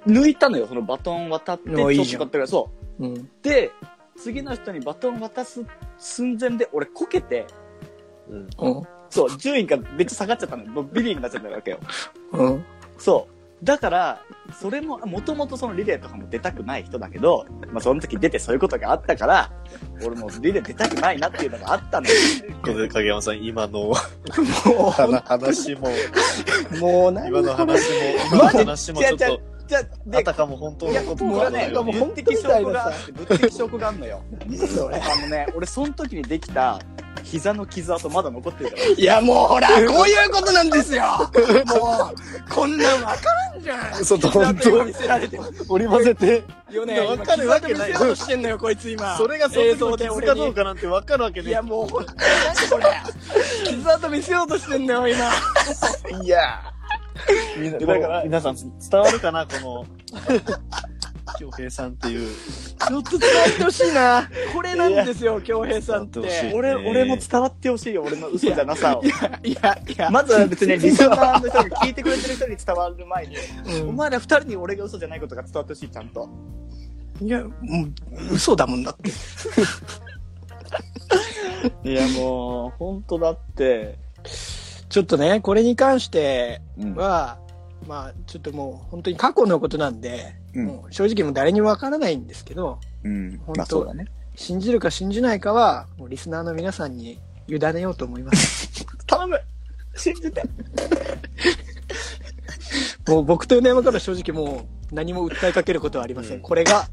D: 抜いたのよ、そのバトン渡って、
B: うわいい
D: ち
B: じ
D: ょ
B: ゃ
D: っ
B: ん
D: とだからそう。
B: うん。
D: で、次の人にバトン渡す寸前で俺こけて、
C: うん。
D: そう、順位がめっちゃ下がっちゃったのよ。もうビリになっちゃったわけよ。
B: うん。
D: そう。だから、それも、もともとそのリレーとかも出たくない人だけど、まあその時出てそういうことがあったから、俺もリレー出たくないなっていうのがあったん だよ。
C: これで影山さん、今の
B: も
C: 話も、
B: う、 もうな
C: 今の話も、今の話もちょっ
D: マジ
C: と、
D: じゃあ、
C: あ
D: で、
C: たかも本当
D: い
C: の
D: や、
C: こ
D: 僕
C: と
D: は
C: か
D: ね、
C: のように
D: 物的証拠があって、物的証拠があんのよ。
B: それ。
D: あの ね、俺その時にできた、膝の傷跡まだ残ってるから。
B: いや、もうほら、こういうことなんですよ。もう、こんなんわからんじゃん。
C: そうどんどん
B: ど見せられてます
C: 織り交ぜて、
B: よね。
C: わかるわけない
B: 今傷跡見せようとしてんのよ、こいつ今。
C: それがそ
B: 映
C: う
B: 像
C: の
B: で
C: 傷
B: 俺
C: かど
B: に
C: う。かなんてわかるわけね
B: い
C: え
B: や、もう、ほんとに何これ。傷跡見せようとしてんのよ、今。
D: いや
C: みんな
D: だから
C: 皆さん伝わるかなこの、京平さんっていう。
B: ちょっと伝わってほしいな。これなんですよ、京平さんって。
C: 伝わってほしい
D: 俺、
C: えー
D: 俺も伝わってほしいよ、俺の嘘じゃなさを。
B: いや、いや、
D: まずは別にリスナーの人に聞いてくれてる人に伝わる前に、
B: うん
D: お前ら二人に俺が嘘じゃないことが伝わってほしい、ちゃんと。
B: いや、もう、嘘だもんだって。
D: いやもう、本当だって。
B: ちょっとね、これに関して
D: うん
B: は、まあ、ちょっともう、本当に過去のことなんで、
D: うん
B: もう正直もう誰にもわからないんですけど、
D: うん
B: まあそうだ
D: ね。
B: 信じるか信じないかは、もうリスナーの皆さんに委ねようと思います。
D: 頼む信じて
B: もう僕と米山から正直もう、何も訴えかけることはありません。
C: うん
B: これが、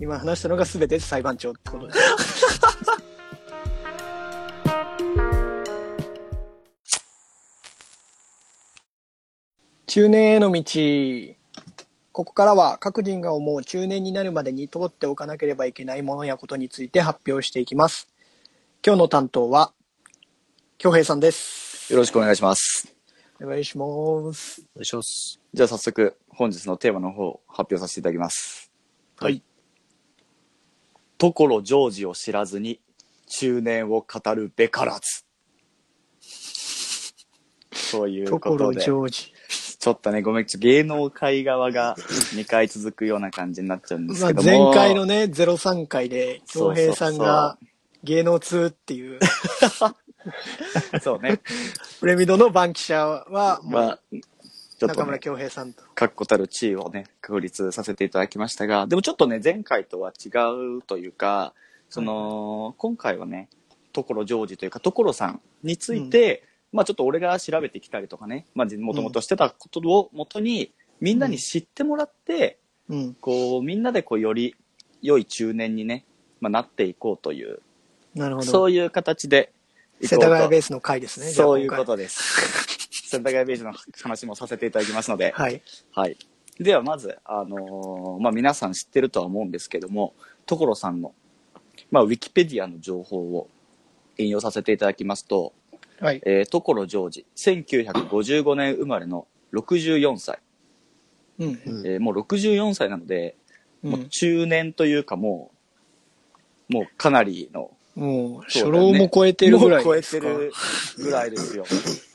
B: 今話したのが全て裁判長ってことです。中年への道ここからは各人が思う中年になるまでに通っておかなければいけないものやことについて発表していきます今日の担当は京平さんです
D: よろしくお願いします。
B: お願いします
C: お願いします。
D: じゃあ早速、本日のテーマの方を発表させていただきます。
C: はい。
D: 所ジョージを知らずに、中年を語るべからず。そういうこと
B: 所
D: で。
B: ジョージ
D: ちょっとね、ごめん、ちょっと芸能界側が2回続くような感じになっちゃうんです
B: まあ、
D: けども。
B: 前回のね、03回で、
D: そうそ
B: 恭
D: うそ
B: 平さ
D: う
B: んが芸能通っていう、
D: そうね。
B: プレミドのバンキシャは、
D: まあ、ちょっ
B: 中
D: と、
B: 村
D: ね、
B: 恭平さんと。
D: 確固たる地位をね、確立させていただきましたが、でもちょっとね、前回とは違うというか、その、今回はね、所ジョージというか、所さんについて、まあちょっと俺が調べてきたりとかね、まあもともとしてたことをもとに、みんなに知ってもらって、
B: うん。
D: こう、みんなでこう、より良い中年にね、まあなっていこうという、
B: なるほ
D: そ
B: ど。
D: ういう形でいこ
B: 世
D: うと、
B: 田谷ベースの回ですね。じゃあ
D: そういう
B: 今回
D: ことです。 世田谷ベースの話もさせていただきますので、
B: はい。
D: はい。ではまず、あのーまあ、皆さん知ってるとは思うんですけども、所さんの、まあ、ウィキペディアの情報を引用させていただきますと、
B: はい。
D: えー、所ジョージ、1955年生まれの64歳、
B: うん。
D: えーもう64歳なので、
B: う
D: もうん中年というかもう、もうかなりの、
B: もう、初
D: そうだね
B: 老も超えてるぐらい
D: もう超
B: で
D: え
B: す
D: て
B: か。
D: るぐらいですよ。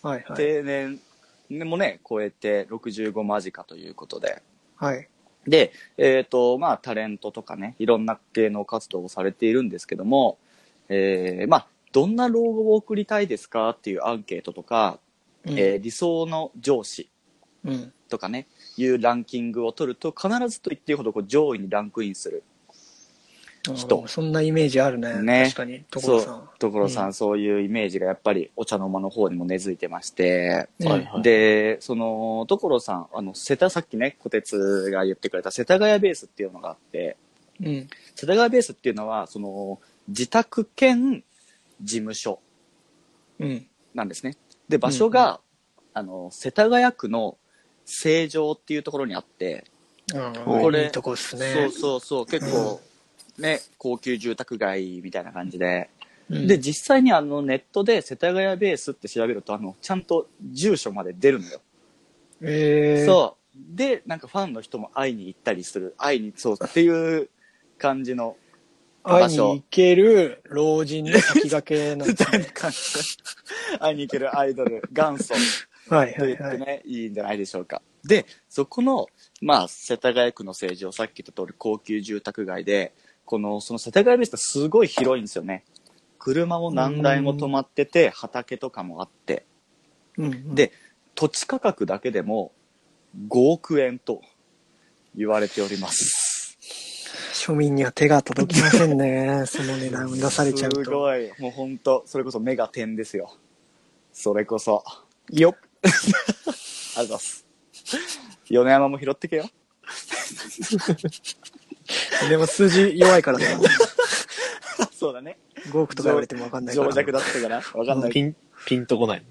B: はいはい。
D: 定年もね、超えて65間近ということで。
B: はい。
D: で、えっ、と、まあ、タレントとかね、いろんな芸能活動をされているんですけども、えーまあ、どんな老後を送りたいですかっていうアンケートとか、
B: うん
D: えー理想の上司
B: うん。
D: とかね、いうランキングを取ると、必ずと言っていいほどこう上位にランクインする。人
B: あそんなイメージあるね。
D: ね
B: 確かに、所さ
D: そ
B: ん
D: う。所さん、
B: う
D: そういうイメージがやっぱりお茶の間の方にも根付いてまして、
B: うん
C: はいはい。
D: で、その、所さん、あの、世田、さっきね、小鉄が言ってくれた世田谷ベースっていうのがあって、
B: うん。
D: 世田谷ベースっていうのは、その、自宅兼事務所
B: うん。
D: なんですね。で、場所が、あの、世田谷区の成城っていうところにあって、
B: ああ、
D: これ
B: いいとこっす
D: そう
B: ね。
D: そうそう、結構、ね、高級住宅街みたいな感じで。
B: うん
D: で、、実際にあの、ネットで世田谷ベースって調べると、あの、ちゃんと住所まで出るのよ。
B: えー、
D: そう。で、なんかファンの人も会いに行ったりする。会いに、そう、っていう感じの、
B: 会いに行ける老人の先駆けなん
D: み
B: です
D: たいな感じ。会いに行けるアイドル、元祖。
B: はい
D: と
B: は
D: 言っ
B: い
D: て
B: は
D: ね、
B: い。
D: い、いんじゃないでしょうか。で、そこの、まあ、世田谷区の政治をさっき言った通り高級住宅街で、この、その世田谷ベースってすごい広いんですよね。車も何台も止まってて、畑とかもあって、
B: うん
D: で土地価格だけでも5億円と言われております。
B: 庶民には手が届きませんね。その値段を出されちゃう
D: す
B: と。
D: ごい。もう本当それこそ目が点ですよ。それこそ。あ
B: よっ。
D: りがとうございます。米山も拾ってけよ。
B: でも数字弱いから さ、
D: そうだね。
B: 5億とか言われてもわかんないか
D: 情
B: ら。
D: 弱だったかなわか んないけ
C: ピ
D: ど
C: ン、ピンとこない。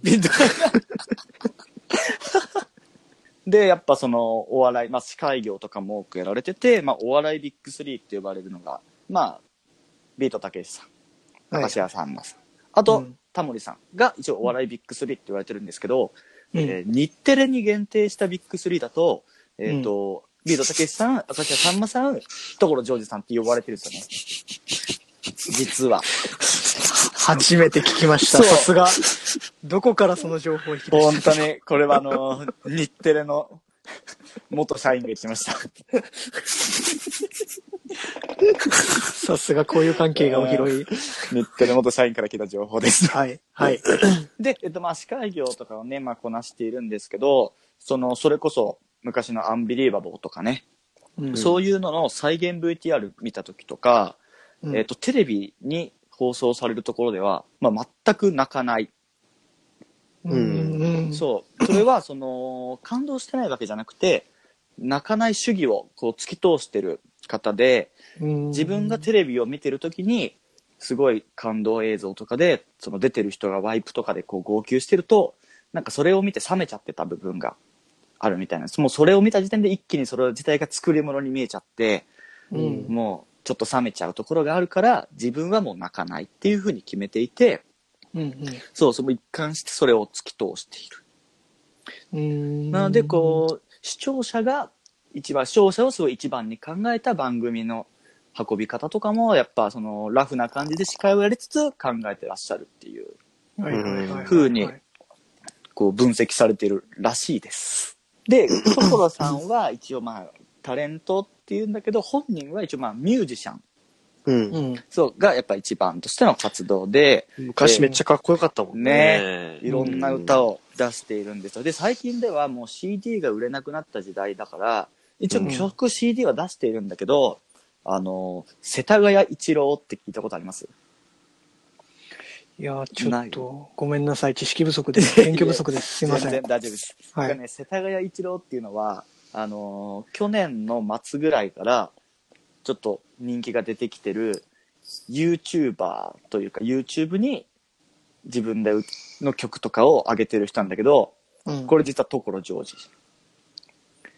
D: で、やっぱその、お笑い、まあ、司会業とかも多くやられてて、まあ、お笑いビッグスリーって呼ばれるのが、まあ、ビートたけしさん、
B: はい
D: 高橋屋さんまさん、あと、
B: うん
D: タモリさんが一応お笑いビッグスリーって言われてるんですけど、
B: うん
D: えー日テレに限定したビッグスリーだと、えっ、と、ビートたけしさん、明石家さんまさん、所ジョージさんって呼ばれてるんですよね。実は。
B: 初めて聞きました。
D: そう
B: さすが。どこからその情報を引き出し
D: 本当に、これはあの、日テレの元社員が言ってました。
B: たさすがこういう関係がお広い。
D: 日テレ元社員から来た情報です。
B: はい。はい。
D: で、えっと、まあ、司会業とかをね、まあ、こなしているんですけど、その、それこそ、昔のアンビリーバボーとかね、
B: うん
D: そういうのの再現 VTR 見た時とか、
B: うん
D: えっと、テレビに放送されるところでは、まあ、全く泣かない。
B: うんうん
D: そう。それは、その、感動してないわけじゃなくて、泣かない主義を、こう、突き通してる方で、
B: うん
D: 自分がテレビを見てるときに、すごい感動映像とかで、その出てる人がワイプとかでこう号泣してると、なんかそれを見て冷めちゃってた部分があるみたいなんです。もうそれを見た時点で一気にそれ自体が作り物に見えちゃって、
B: うん
D: もうちょっと冷めちゃうところがあるから、自分はもう泣かないっていうふうに決めていて、
B: うん
D: そう、その一貫してそれを突き通してい
B: う
D: る。
B: ん
D: なので、こう、視聴者が一番、視聴者をすごい一番に考えた番組の運び方とかも、やっぱそのラフな感じで司会をやりつつ考えてらっしゃるっていう、
B: う、はいはいはいはい
D: ふうにこう分析されてるらしいです。 で、所さんは一応まあ、タレントっていうんだけど、本人は一応まあ、ミュージシャン。
C: うん
B: う。ん。
D: そう、がやっぱ一番としての活動で、
C: 昔めっちゃかっこよかったもんね。
D: いろんな歌を出しているんですよ。で、最近ではもう CD が売れなくなった時代だから、一応曲 CD は出しているんだけど、あの、世田谷一郎って聞いたことあります
B: いやー、ちょ
D: な
B: っ
D: い
B: と、ごめんなさい。知識不足です。勉強不足です。すいませ
D: 全
B: ん。
D: 然大丈夫です。
B: は
D: だから
B: い。
D: ね、世田谷一郎っていうのは、あのー去年の末ぐらいから、ちょっと人気が出てきてる、YouTuber というか、YouTube に自分でうの曲とかを上げてる人なんだけど、
B: うん、
D: これ実は所ジョージ。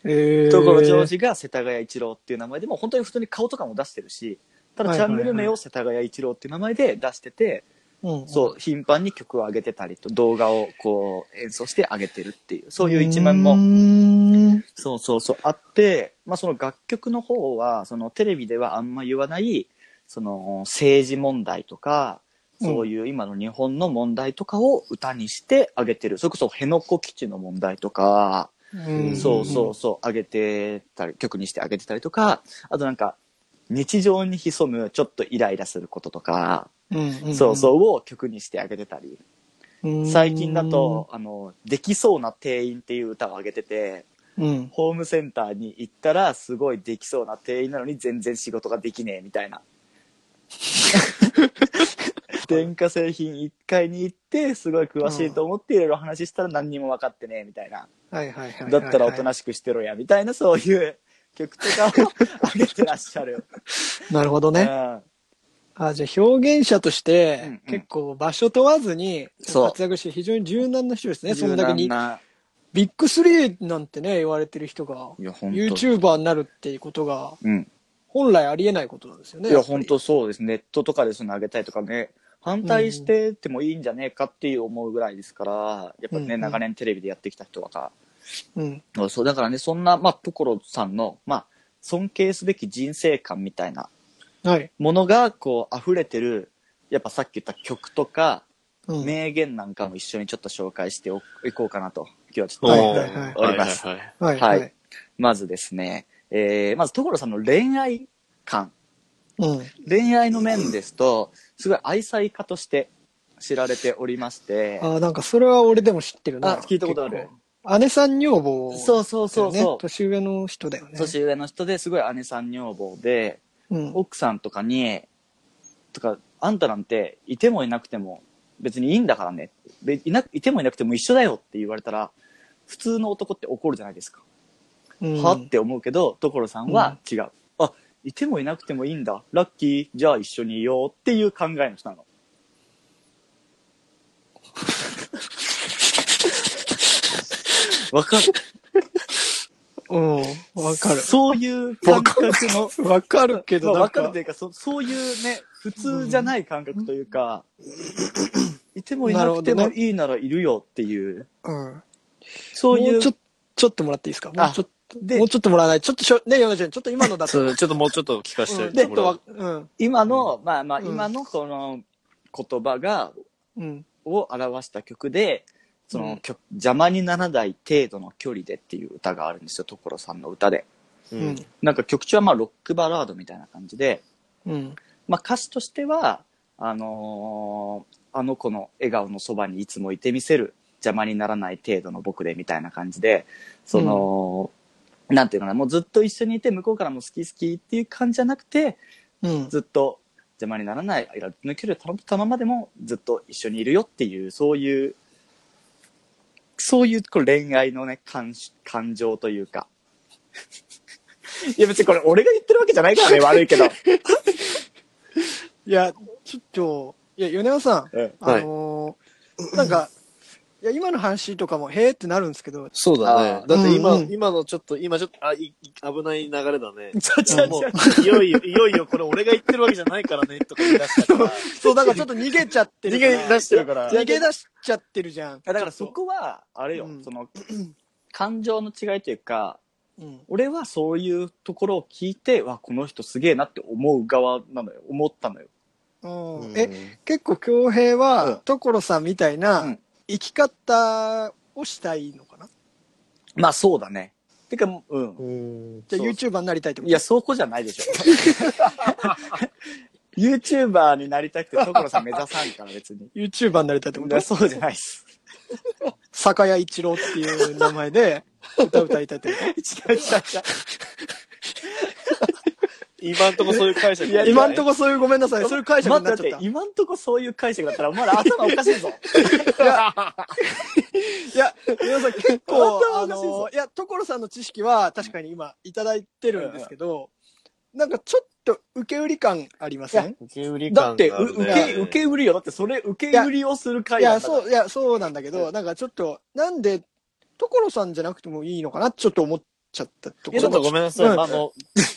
B: えー、
D: 所ジョージが世田谷一郎っていう名前で、もう本当に普通に顔とかも出してるし、ただ
B: はい
D: チ
B: は
D: ャ
B: いはい
D: ンネル名を世田谷一郎っていう名前で出してて、
B: うん、
D: そう、頻繁に曲を上げてたりと、動画をこう演奏して上げてるっていう、そういう一面も
B: うーん
D: そうそうそう、あって、まあその楽曲の方は、そのテレビではあんま言わない、その政治問題とか、
B: うん
D: そういう今の日本の問題とかを歌にしてあげてる。それこそ辺野古基地の問題とか、
B: うん
D: そうそうそう、あげてたり、曲にしてあげてたりとか、あとなんか、日常に潜むちょっとイライラすることとか、
B: うん。
D: そうそうを曲にしてあげてたり、
B: うん。
D: 最近だと、あの、できそうな店員っていう歌をあげてて、
B: うん、
D: ホームセンターに行ったらすごいできそうな店員なのに全然仕事ができねえみた いな。電化製品1階に行ってすごい詳しいと思っていろいろ話したら何にも分かってねえみたいな。
B: はいはいはいはい。
D: だったらおとなしくしてろやみたいなそ ういう曲とかを上げてらっしゃる。
B: なるほど
D: う
B: ね。
D: ん
B: あじゃあ表現者として、
D: うんうん
B: 結構場所問わずに
D: そう
B: 活躍して非常に柔軟な人ですね。そんだけ
D: 柔
B: に。
D: 軟な
B: ビッグスリーなんてね、言われてる人が、
D: いや、本当。
B: YouTuber になるっていうことが、
D: うん。
B: 本来ありえないことなんですよね。
D: いや、
B: っぱ
D: 本
B: り
D: 当そうです。ネットとかでその上げたりとかね、反対しててもいいんじゃねえかっていう思うぐらいですから、やっぱ
B: うん
D: ね、
B: うん
D: 長年テレビでやってきた人は
B: うん。
D: か、そう、だからね、そんな、まあ、所さんの、まあ、尊敬すべき人生観みたいな
B: はい。
D: ものが、こう、溢れてる、やっぱさっき言った曲とか、
B: うん。
D: 名言なんかも一緒にちょっと紹介しておいこうかなと、今日はち
C: お
D: ょっ
B: はい
D: と。
C: ー
B: はいはい
D: おります
C: はいはい
B: はい。
D: は
B: はいい。
D: まずですね、えー、まず所さんの恋愛観。
B: うん。
D: 恋愛の面ですと、すごい愛妻家として知られておりまして、
B: あなんかそれは俺でも知ってるな。
D: あ聞いたことある
B: 結構。姉さん女房、う
D: そうそうそう
B: ね
D: そ。う。
B: 年上の人だよね。
D: 年上の人ですごい姉さん女房で、
B: うん。
D: 奥さんとかに、とか、あんたなんていてもいなくても別にいいんだからね。べいな、いてもいなくても一緒だよって言われたら、普通の男って怒るじゃないですか。
B: うん
D: はって思うけど、所さんは違う。あ、いてもいなくてもいいんだ。ラッキー。じゃあ一緒にいようっていう考えの人な の。わかる。
B: うん。わかる。
D: そういう感覚の。
B: わかるけど、
D: まあ
B: なん
D: わ
B: か
D: かるというか、そそういうね、普通じゃない感覚というか、いてもいなくて
B: なる
D: も
B: ほどね
D: いいならいるよっていう、
B: うん。
D: そうい
B: も
D: う。
B: うちょちょっともらっていいですかも
D: あ
B: うちょっと、
D: で
B: もうちょっともらわない。ちょっとしょ、ね、ヨナちゃん、ちょっと今のだと。
C: そうちょっともうちょっと聞かせ
B: うん
C: て
B: ちょっ
C: も
B: と
C: ら
B: わ
C: う。、
B: うん。
D: 今の、まあまあ、
B: うん
D: 今のこの言葉が、
B: うん。
D: を表した曲で、その、
B: うん
D: 曲邪魔にならない程度の距離でっていう歌があるんですよ、所さんの歌で。
C: う
B: うんん。
D: なんか曲中はまあロックバラードみたいな感じで、
B: うん。
D: まあ、歌詞としては、あのーあの子の笑顔のそばにいつもいてみせる、邪魔にならない程度の僕でみたいな感じで、その、なんていうのかな、もうずっと一緒にいて向こうからも好き好きっていう感じじゃなくて、
B: うん。
D: ずっと邪魔にならない、いや抜ける頼ったままでもずっと一緒にいるよっていう、そういう、そういうこう恋愛のね、感し感情というか。いや別にこれ俺が言ってるわけじゃないからね、悪いけど。
B: いや、ちょっと、いや、米山さん、
D: うん
B: あのーなんか、いや、今の話とかも、へーってなるんですけど、
C: そうだ
D: あ
C: ね。
D: ー
C: だって今、
B: うんうん
C: 今のちょっと、今ちょっと、あ、いい危ない流れだね。
D: ち ょちょちょ
C: もういよいよ、いよいよ、これ俺が言ってるわけじゃないからね、とか言い出した から。
B: そう、だからちょっと逃げちゃってる
C: 逃
B: から。
C: げ出してるから。
B: 逃げ出しちゃってるじゃん。
D: いやだからそこは、あれよ、
B: うん
D: その、感情の違いというか、
B: うん。
D: 俺はそういうところを聞いて、わ、この人すげえなって思う側なのよ、思ったのよ。
B: う
C: うん
B: ん、え、結構、京平
D: うん、
B: は、所さんみたいうなん生き方をしたいのかな
D: まあそうだね。てか、うん。
C: うん。
B: じゃあ、
D: そう
B: YouTuber になりたいってこ
D: い
B: と
D: や、そこじゃないでしょ。YouTuber になりたくて所さん目指さんから別に。
B: ?YouTuber になりたいってこ
D: い
B: と
D: やそうじゃないっす。
B: 酒屋一郎っていう名前 で歌歌いたいってこ
D: 違う違う
C: 今んとこそういう解釈
D: いや
B: と。今んと
C: こ。
B: こそういうごめんなさい。 そういう解釈になっ
D: 待
B: ち
D: て
B: ゃっ
D: 待て今んとこそういう解釈だったら、まだ頭おかし いぞ。
B: た。いや、皆さん結構
D: 本当、は
B: あ
D: おかしいぞ
B: の、いや、所さんの知識は確かに今いただいてるんですけど、なんかちょっと受け売り感ありませ
D: い
B: ん
C: 受け売り
D: だ
C: 感
D: って、
C: があ
D: う
C: るね
D: 受け、受け売りよ。だって、それ、受け売りをする
B: い
D: 会
B: や、
D: う。
B: そう、いや、そうなんだけど、なんかちょっと、なんで、所さんじゃなくてもいいのかなちょっと思っちゃったとこ
C: ち
B: ろ。
C: ょっとごめんなさい。
B: うん
C: あの、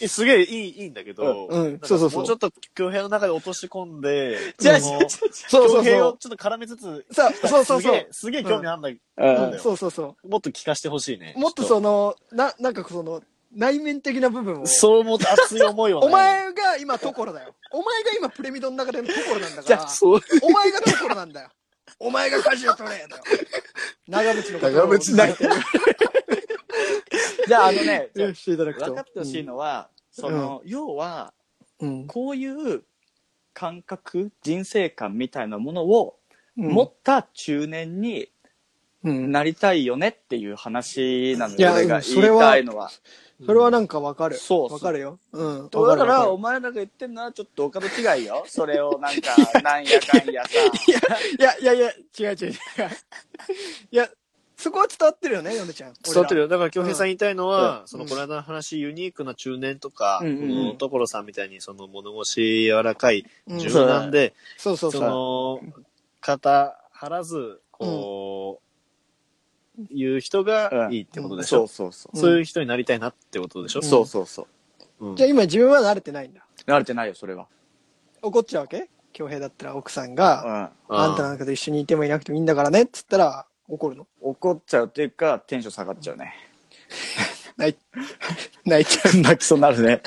C: すげえいい、いいんだけど。
B: うん、そうそうそ
C: も
B: う
C: うちょ。っと、京平の中で落とし込んで、
D: じゃあ、
C: その
B: そうそ
C: 恭
B: う
C: 平
B: そ
C: を
B: う。
C: ちょっと絡めつつ、
B: さそうそう
C: すげ
B: そ
C: え
B: う。
C: すげえ興味あんだけ
D: うん
C: う。ん
B: そうそうそ
C: ど、もっと聞かしてほしいね。
B: う。もっと
C: ちょ
B: その、な、なんかその、内面的な部分を。
C: そう思って熱い思いはね
B: お前が今所だよ。お前が今プレミドの中での所なんだ
D: じ
B: か
D: ゃ
B: ら
D: あ、、そう。
B: お前が所なんだよ。お前が舵を取れだよ。長渕の
C: 長渕
B: だ
C: だ
B: よ
C: よ。
D: じゃあ、あのね、じゃあ
B: していただくと。
D: 分かってほしいのは、その、要は、
B: うん。
D: こういう感覚、人生観みたいなものを
B: うん、
D: 持った中年に
B: うん、
D: なりたいよねっていう話なの
B: いや
D: よ、俺が
B: うん
D: 言
B: そ
D: い
B: れは
D: たいのは。
B: それはなんかわかる。
D: そうそう
B: わかるよ。うん。
D: だか
B: わる
D: ら、
B: わ
D: お前らが言ってんのはちょっとお門違いよ。それをなんか、 なんやかんやさ。
B: るいや、いやいや、違う違う違う。いや、そこは伝わってるよね、ヨネちゃん。
C: 伝わってる
B: よ。
C: よ。だから、京平さん言いたいのは、
B: うん
C: その、この間の話、ユニークな中年とか、
D: うんうん
C: この所さんみたいに、その、物腰柔らかい、
B: うん
C: 柔
D: そう
C: 軟で、
B: そうそう
C: そ
B: そう。
C: の、肩張らず、こう、いう人がいいってことでしょ、
D: うそうそ
B: ん
C: そういう人になりたいなってことでしょ、
B: ん
D: そうそうそう。
C: うん
B: じゃあ今自分は慣れてないんだ。
D: 慣れてないよ、それは。
B: 怒っちゃうわけ恭平だったら奥さんが、
D: うん。
B: あんたなんかと一緒にいてもいなくてもいいんだからねっつったら怒るの。
D: 怒っちゃうっていうか、テンション下がっちゃうね。
B: 泣い 泣いちゃう。
D: 泣きそうになるね。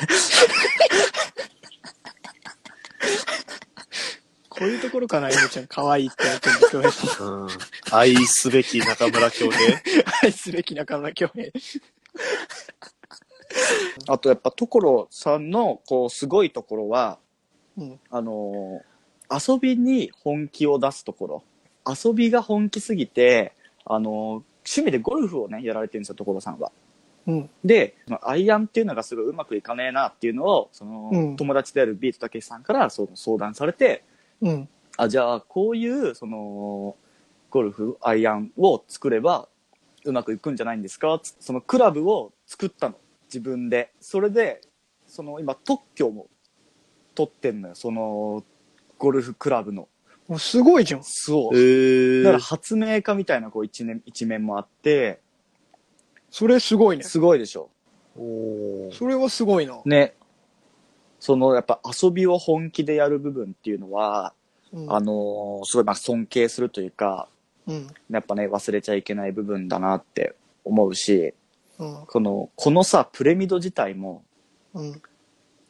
B: こういうところかな、ヨネちゃん。可愛いって言ってる恭平さん。
C: うん愛すべき中村京平。
B: 愛すべき仲間恭平。
D: あとやっぱ所さんのこうすごいところは、
B: うん
D: あのー遊びに本気を出すところ遊びが本気すぎて、あのー趣味でゴルフをねやられてるんですよ所さんは。
B: うん。
D: で、まあアイアンっていうのがすごいうまくいかねえなっていうのをその、
B: うん
D: 友達であるビートたけしさんからそう相談されて
B: うん。
D: あじゃあこういうそのゴルフアイアンを作ればうまくいくんじゃないんですかつそのクラブを作ったの自分でそれでその今特許も取ってんのよそのゴルフクラブの
B: も うすごいじゃん。
D: そ
C: え
D: うだから
C: ー、
D: 発明家みたいなこう一面一面もあって
B: それすごいね。
D: すごいでしょ
C: おー
B: それはすごいな。
D: ねそのやっぱ遊びを本気でやる部分っていうのは、
B: うん
D: あのーすごいまあ尊敬するというか
B: うん。
D: やっぱね、忘れちゃいけない部分だなって思うし、
B: うん。
D: この、このさ、プレミド自体も、
B: うん。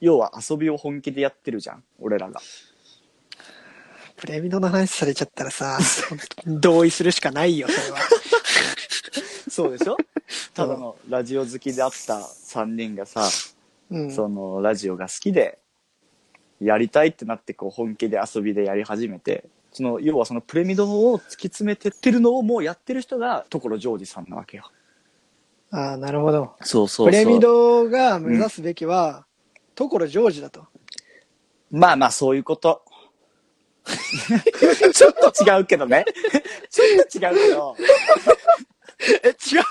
D: 要は遊びを本気でやってるじゃん、俺らが。
B: プレミドの話されちゃったらさ、同意するしかないよ、そ れは。
D: そうでしょ ただのラジオ好きであった3人がさ、
B: うん。
D: そのラジオが好きで、やりたいってなって、こう本気で遊びでやり始めて、その、要はそのプレミドを突き詰めてってるのをもうやってる人が、所ジョージさんなわけよ。
B: ああ、なるほど。
D: そうそ
B: プレミドが目指すべきは、所ジョージだと。
D: まあまあ、そういう こと。ちょっと違うけどね。ちょっと違うけど。
B: え、違う
D: ちょっ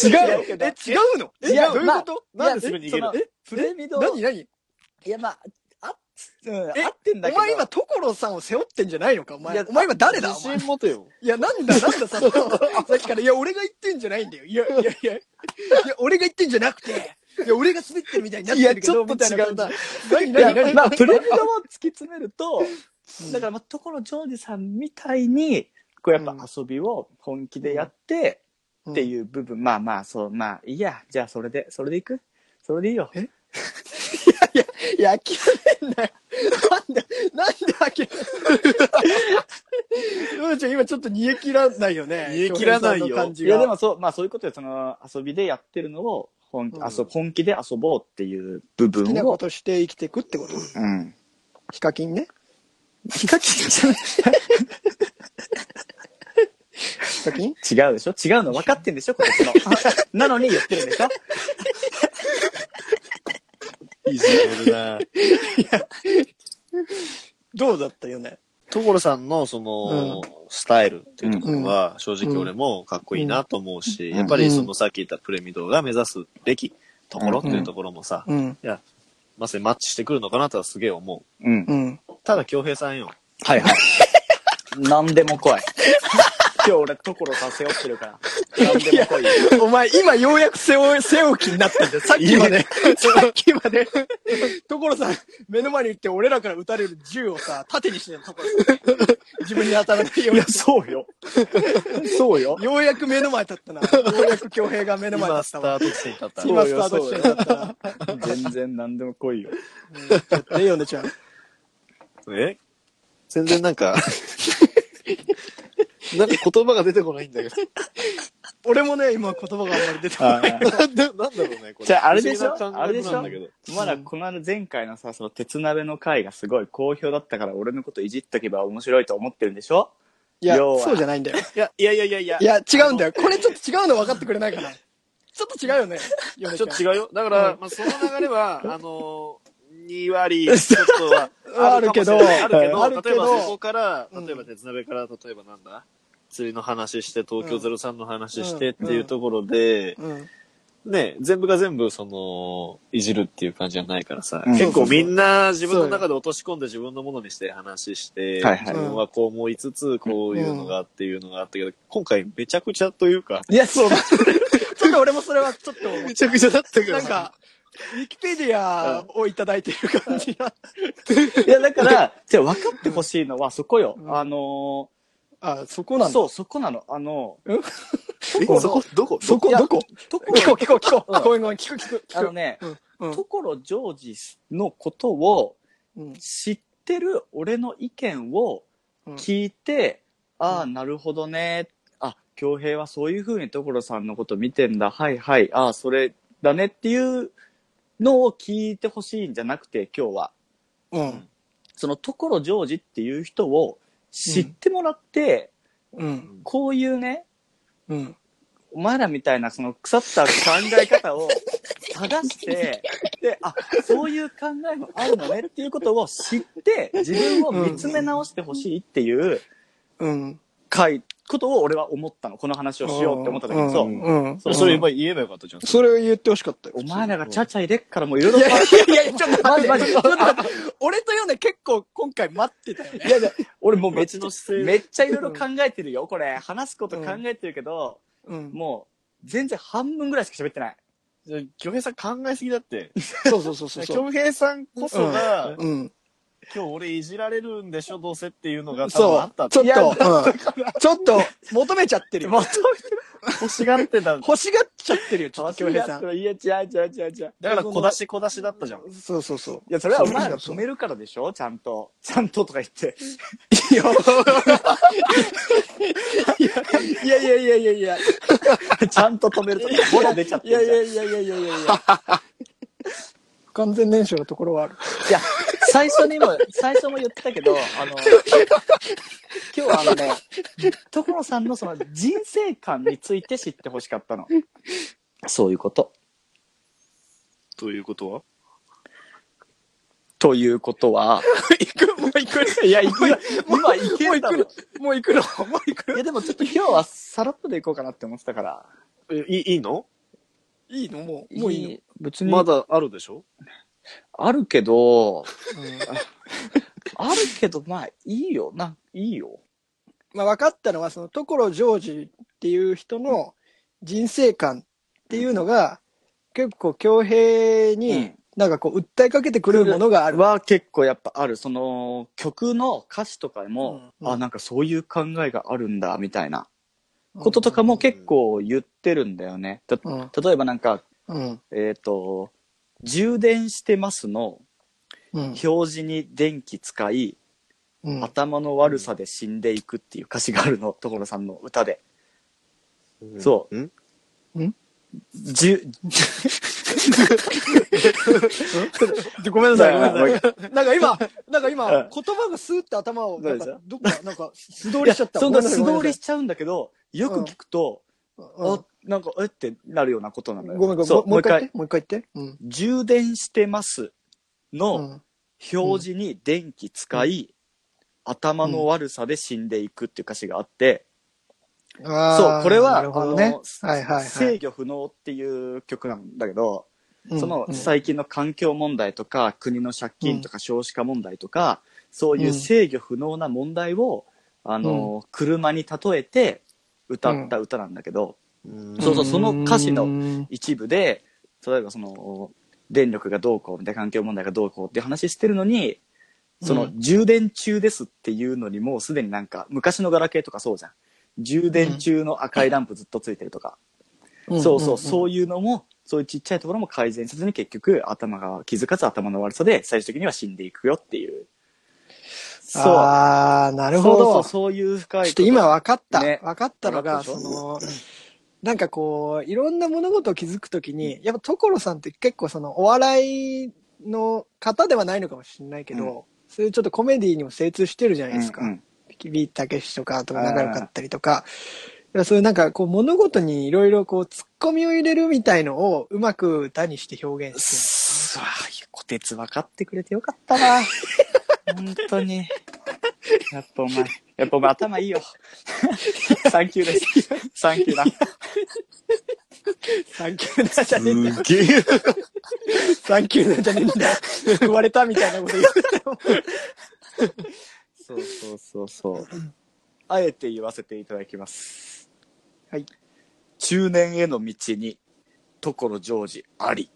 D: と違うけど。
B: 違うの
D: いやまあ
C: まあなんでそれ逃げるの
D: いやそのプレミドを
B: 何何
D: いや、まあ、あ、うん、合っ
B: え
D: てんだ
B: お
D: けど。
B: 前今、所さんを背負ってんじゃないのかお
D: い
B: 前。
D: や
B: お前今誰だお
C: 自
B: 前
C: 信持てよ。
B: いや、なんだ、なんだ、さ、さっきから、いや、俺が言ってんじゃないんだよ。いや、いや、いや、いや俺が言ってんじゃなくて、いや、俺が滑ってるみたいになってるけど、
D: いやちょっ
B: み
D: と違う
B: た
D: ない
B: な感じ。何、
D: いや
B: 何、何、
D: まあ、プレミドを突き詰めると
B: うん、
D: だから、まあ、所ジョージさんみたいに、こうやっぱ遊びを本気でやって、
B: うん
D: っていう部分、まあまあ、そう、まあ、いいや、じゃあそれで、それでいくそれでいいよ。
B: いや、諦めんなよ。なんで、なんで諦めんのヨネちゃん、今ちょっと煮え切らないよね。
C: 煮え切らないよ
B: 京平さんの感じ
D: い
B: が
D: やでもそう、まあそういうことで、その遊びでやってるのを本,、
B: うん
D: 遊本気で遊ぼうっていう部
B: 好き
D: 分
B: なこ
D: を。
B: として生きていくってこと。
D: うん。
B: ヒカキンね。
D: ヒカキンじゃない。
B: 課金
D: 違うでしょ違うの分かってんでしょ今 年の。なのに言ってるんでしょ
C: いじめるな。
B: どうだったよね。
C: 所さんのその、スタイルっていうところは、正直俺もかっこいいなと思うし、
D: うん
C: やっぱりそのさっき言ったプレミドが目指すべきところっていうところもさ、
B: うん、
C: まさにマッチしてくるのかなとはすげえ思
D: うん
B: う。ん。
C: う。ただ、京平さんよ。
D: はいはい。 何でも来い。 今日俺、所さん背負ってるから。何でも来い よ。
B: お前、今ようやく背負、背負う気になったんだよ。さっきまで、 さっきま で、所さん、目の前に行って俺らから撃たれる銃をさ、縦にしてる所さん。自分に当たらないよう
D: い
B: に
D: や、。そうよ。そうよ。
B: ようやく目の前立ったな。ようやく恭平が目の前
C: 今、
B: 立っ
C: ス
B: た
C: ター
B: わ。
C: ト地点に立った。
B: 今スタート地点に立ったな。
D: 全然何でも来いよ。
B: レイヨンでちゃん。
C: え全然なんか、 なんか言葉が出てこないんだ けど。
B: 俺もね、今言葉があんまり出てこない。
C: なんだなんだろうね、これ。
D: じゃああれでし
C: 不
D: ょ
C: 思議な感覚なんだけど
D: まだこの間前回のさ、その鉄鍋の回がすごい好評だったから、俺のこといじっとけば面白いと思ってるんでしょ
B: いや、
D: 要は
B: そうじゃないんだよ。
D: いや、いやいやいやいや
B: いや、違うんだよ。これちょっと違うの分かってくれないかな。ちょっと違うよね。ヨネ
C: ち
B: ち
C: ょ
B: ゃ
C: っ
B: ん
C: と違うよ。だから、
B: う
C: まあ、その流れ は、あのー、2割、 ちょっとは
B: あるけど
C: あるかもしれないあ
B: ある
C: る
B: け
C: け
B: ど
C: ど、例えばそこから、
B: うん
C: 例えば鉄鍋から、例えばなんだ釣りの話して、東京03の話してっていうところで、
B: うん。
C: ね、全部が全部、その、いじるっていう感じじゃないからさ、
D: うん
C: 結
B: そうそうそ
C: 構
B: う
C: みんな自分の中で落とし込んで自分のものにして話して、
D: はいはい
C: 自分はこう思いつつ、こういうのがあっていうのがあったけど、今回めちゃくちゃというか、
B: いや、そう。 ちょっと俺もそれはちょっと思っ
C: ちゃくちゃだっ
B: た、
C: た
B: なんか、ウィキペディアをいただいてる感じが。
D: いや、だから、じゃあ分かってほしいのはそこよ。
B: うん
D: あの
B: あ、そこ
D: ー
B: なんだ。
D: そう、そこなの。あの
C: え
B: こ
C: そこ、どこ
B: そこ、
D: いや
B: どこ
D: とこ
B: 聞こう、聞こう、聞こう。
D: うん
B: ごめんごめん、聞く、聞く、
D: あ
B: 聞
D: の
B: く。
D: ね、
B: うんうん
D: ところジョージのことを
B: うん
D: 知ってる俺の意見を
B: うん
D: 聞いて、ああ、
B: う
D: なるほどね。あ、京平はそういうふうに所さんのこと見てんだ。はいはい。ああ、それだねっていうのを聞いてほしいんじゃなくて、今日は。
B: うん。
D: その所ジョージっていう人を知ってもらって、
B: うん。
D: こういうね、
B: うん。
D: お前らみたいなその腐った考え 方を正して、で、あ、そういう考えもあるのねっていうことを知って、自分を見つめ直してほしいっていう
B: うん。
D: 回、ことを俺は思ったの。この話をしようって思った時に、
B: ん
D: そうう。
B: うん。
C: それそれ今言えばよかったじゃん。
B: それを言ってほしかったよ。
D: お前らがちゃちゃ入れっからもういろいろ
B: いやいやいや、ちょっと待って、
D: マジマジ
B: ちょっと待って俺とヨネ結構今回待ってたよね。
D: いやいや、俺もうめっち
C: ちの
D: ゃ、
C: 姿
D: めっちゃいろいろ考えてるよ、これ。話すこと考えてるけど、
B: うん。
D: もう全然半分ぐらいしか喋ってない。
C: 勢。京平さん考えすぎだって。
B: そうそうそうそうそう。
C: 京平さんこそが、
B: うん。
C: 今日俺いじられるんでしょ、どうせっていうのが多分
B: そ
C: あった
B: う。
C: って
B: ちょっ
D: いやだ
B: と、うんちょっと、求めちゃってるよ。
C: 欲しがってた。だ
B: 欲しがっちゃってるよ、ちょっと、京平さん。
D: いや、違う違う違う違う。
C: から小出し小出しだったじゃん。
B: そうそうそう。
D: いや、それはお前ら止めるからでしょちゃんと。ちゃんととか言って。
B: いや、いやいやいやいやいや。
D: ちゃんと止めるとか。ボロ出ちゃって
B: い
D: るじゃ
B: やい
D: ん。
B: やいやいやいやいやいや。不完全燃焼のところはある。
D: いや最初にも、最初も言ってたけど、あの、今日はあのね、所さんのその人生観について知ってほしかったの。そういうこと。
C: ということは
D: ということは、
B: 行く、もう行く。
D: いや、いくよ今いけ
B: もう
D: る
B: 行
D: だ
B: く
D: ろ
B: の。もう行くの。もう行く
D: い
B: の。
D: や、でもちょっと今日はさらっとでいこうかなって思ってたから。
C: えいいいの
B: いいのもう、もういいの。
D: 別に、
C: まだあるでしょ。
D: あるけど、
B: うん
D: あるけど、まあ、いいよ。な、いいよ。
B: まあ、分かったのはその所ジョージっていう人の人生観っていうのが結構恭平
D: う
B: に
D: ん
B: なんかこう訴えかけてくるものがある。
D: は結構やっぱある。その曲の歌詞とかでも、
B: うんうん
D: あ、なんかそういう考えがあるんだ、みたいなこととかも結構言ってるんだよね。た
B: うん
D: 例えばなんか、
B: うん
D: えっ、と、充電してますの
B: うん
D: 表示に電気使い、
B: うん
D: 頭の悪さで死んでいくっていう歌詞があるの、所さんの歌で。そう
C: ん
D: じゅ、
B: ごめんなさい、ごめん
D: ごめん
B: なさい。なんか今、なんか今、
D: うん
B: 言葉がスーって頭を、なんか
D: どう
B: ど
D: でし
B: っか、なんか素通りしちゃった。
D: いやそんな素
B: ごめん
D: 通
B: な
D: り
B: さ
D: しちゃうんだけど、よく聞くと、
B: う
D: あなんかえってなるようなことなの
B: ん
D: よ
B: ごめんごめん。
D: そう
B: も
D: も
B: う
D: う
B: 一
D: 一
B: 回言
D: 回
B: って。もう一回言って。うん。
D: 充電してます
B: う
D: の
B: ん
D: 表示に電気使い、頭の悪さで死んでいくっていう歌詞があって、
B: あー
D: そうこれは
B: なるほどね。
D: あの
B: はいはいは
D: 制
B: い。
D: 御不能っていう曲なんだけど、
B: うん
D: その
B: うん
D: 最近の環境問題とか、国の借金とか少子化問題とか、そういううん制御不能な問題を、あの、車に例えて歌った歌なんだけど、そうそうその歌詞の
B: うん
D: 一部で、例えばその、電力がどうこうみたいな環境問題がどうこうって話してるのに、そうの充電中ですっていうのにもうすでになんか昔のガラケーとかそうじゃん。充電中の赤いランプずっとついてるとか。そうそう、そういうのも、そういうちっちゃいところも改善せずに結局頭が気づかず頭の悪さで最終的には死んでいくよっていう。そう。
B: ああ、なるほ
D: そうそ
B: ど。
D: う、そういう深いこと。
B: ちょっと今分かった。
D: ね
B: 分かったのが、
D: 分かった
B: そ
D: で
B: の、
D: し
B: なんかこう、いろんな物事を気づくときに、やっぱ所さんって結構その、お笑いの方ではないのかもしれないけど、
D: うん
B: そういうちょっとコメディにも精通してるじゃ
D: う
B: なんいですか。
D: うん
B: ビーたけしとかとも仲良かったりとか、そういうなんかこう物事にいろいろこう突っ込みを入れるみたいのをうまく歌にして表現して
D: すわこてつ分かってくれてよかったな。本当に。 やっぱお前、やっぱお前頭いいよ。サンキューです。サンキューな。
B: サンキューなじゃねえんだよ
C: すげえ。
B: サンキューなじゃねえん だよ生まれたみたいなこと言
D: そうそうそうそう。 あえて言わせていただきます。
B: はい。
D: 中年への道に、所ジョージあり。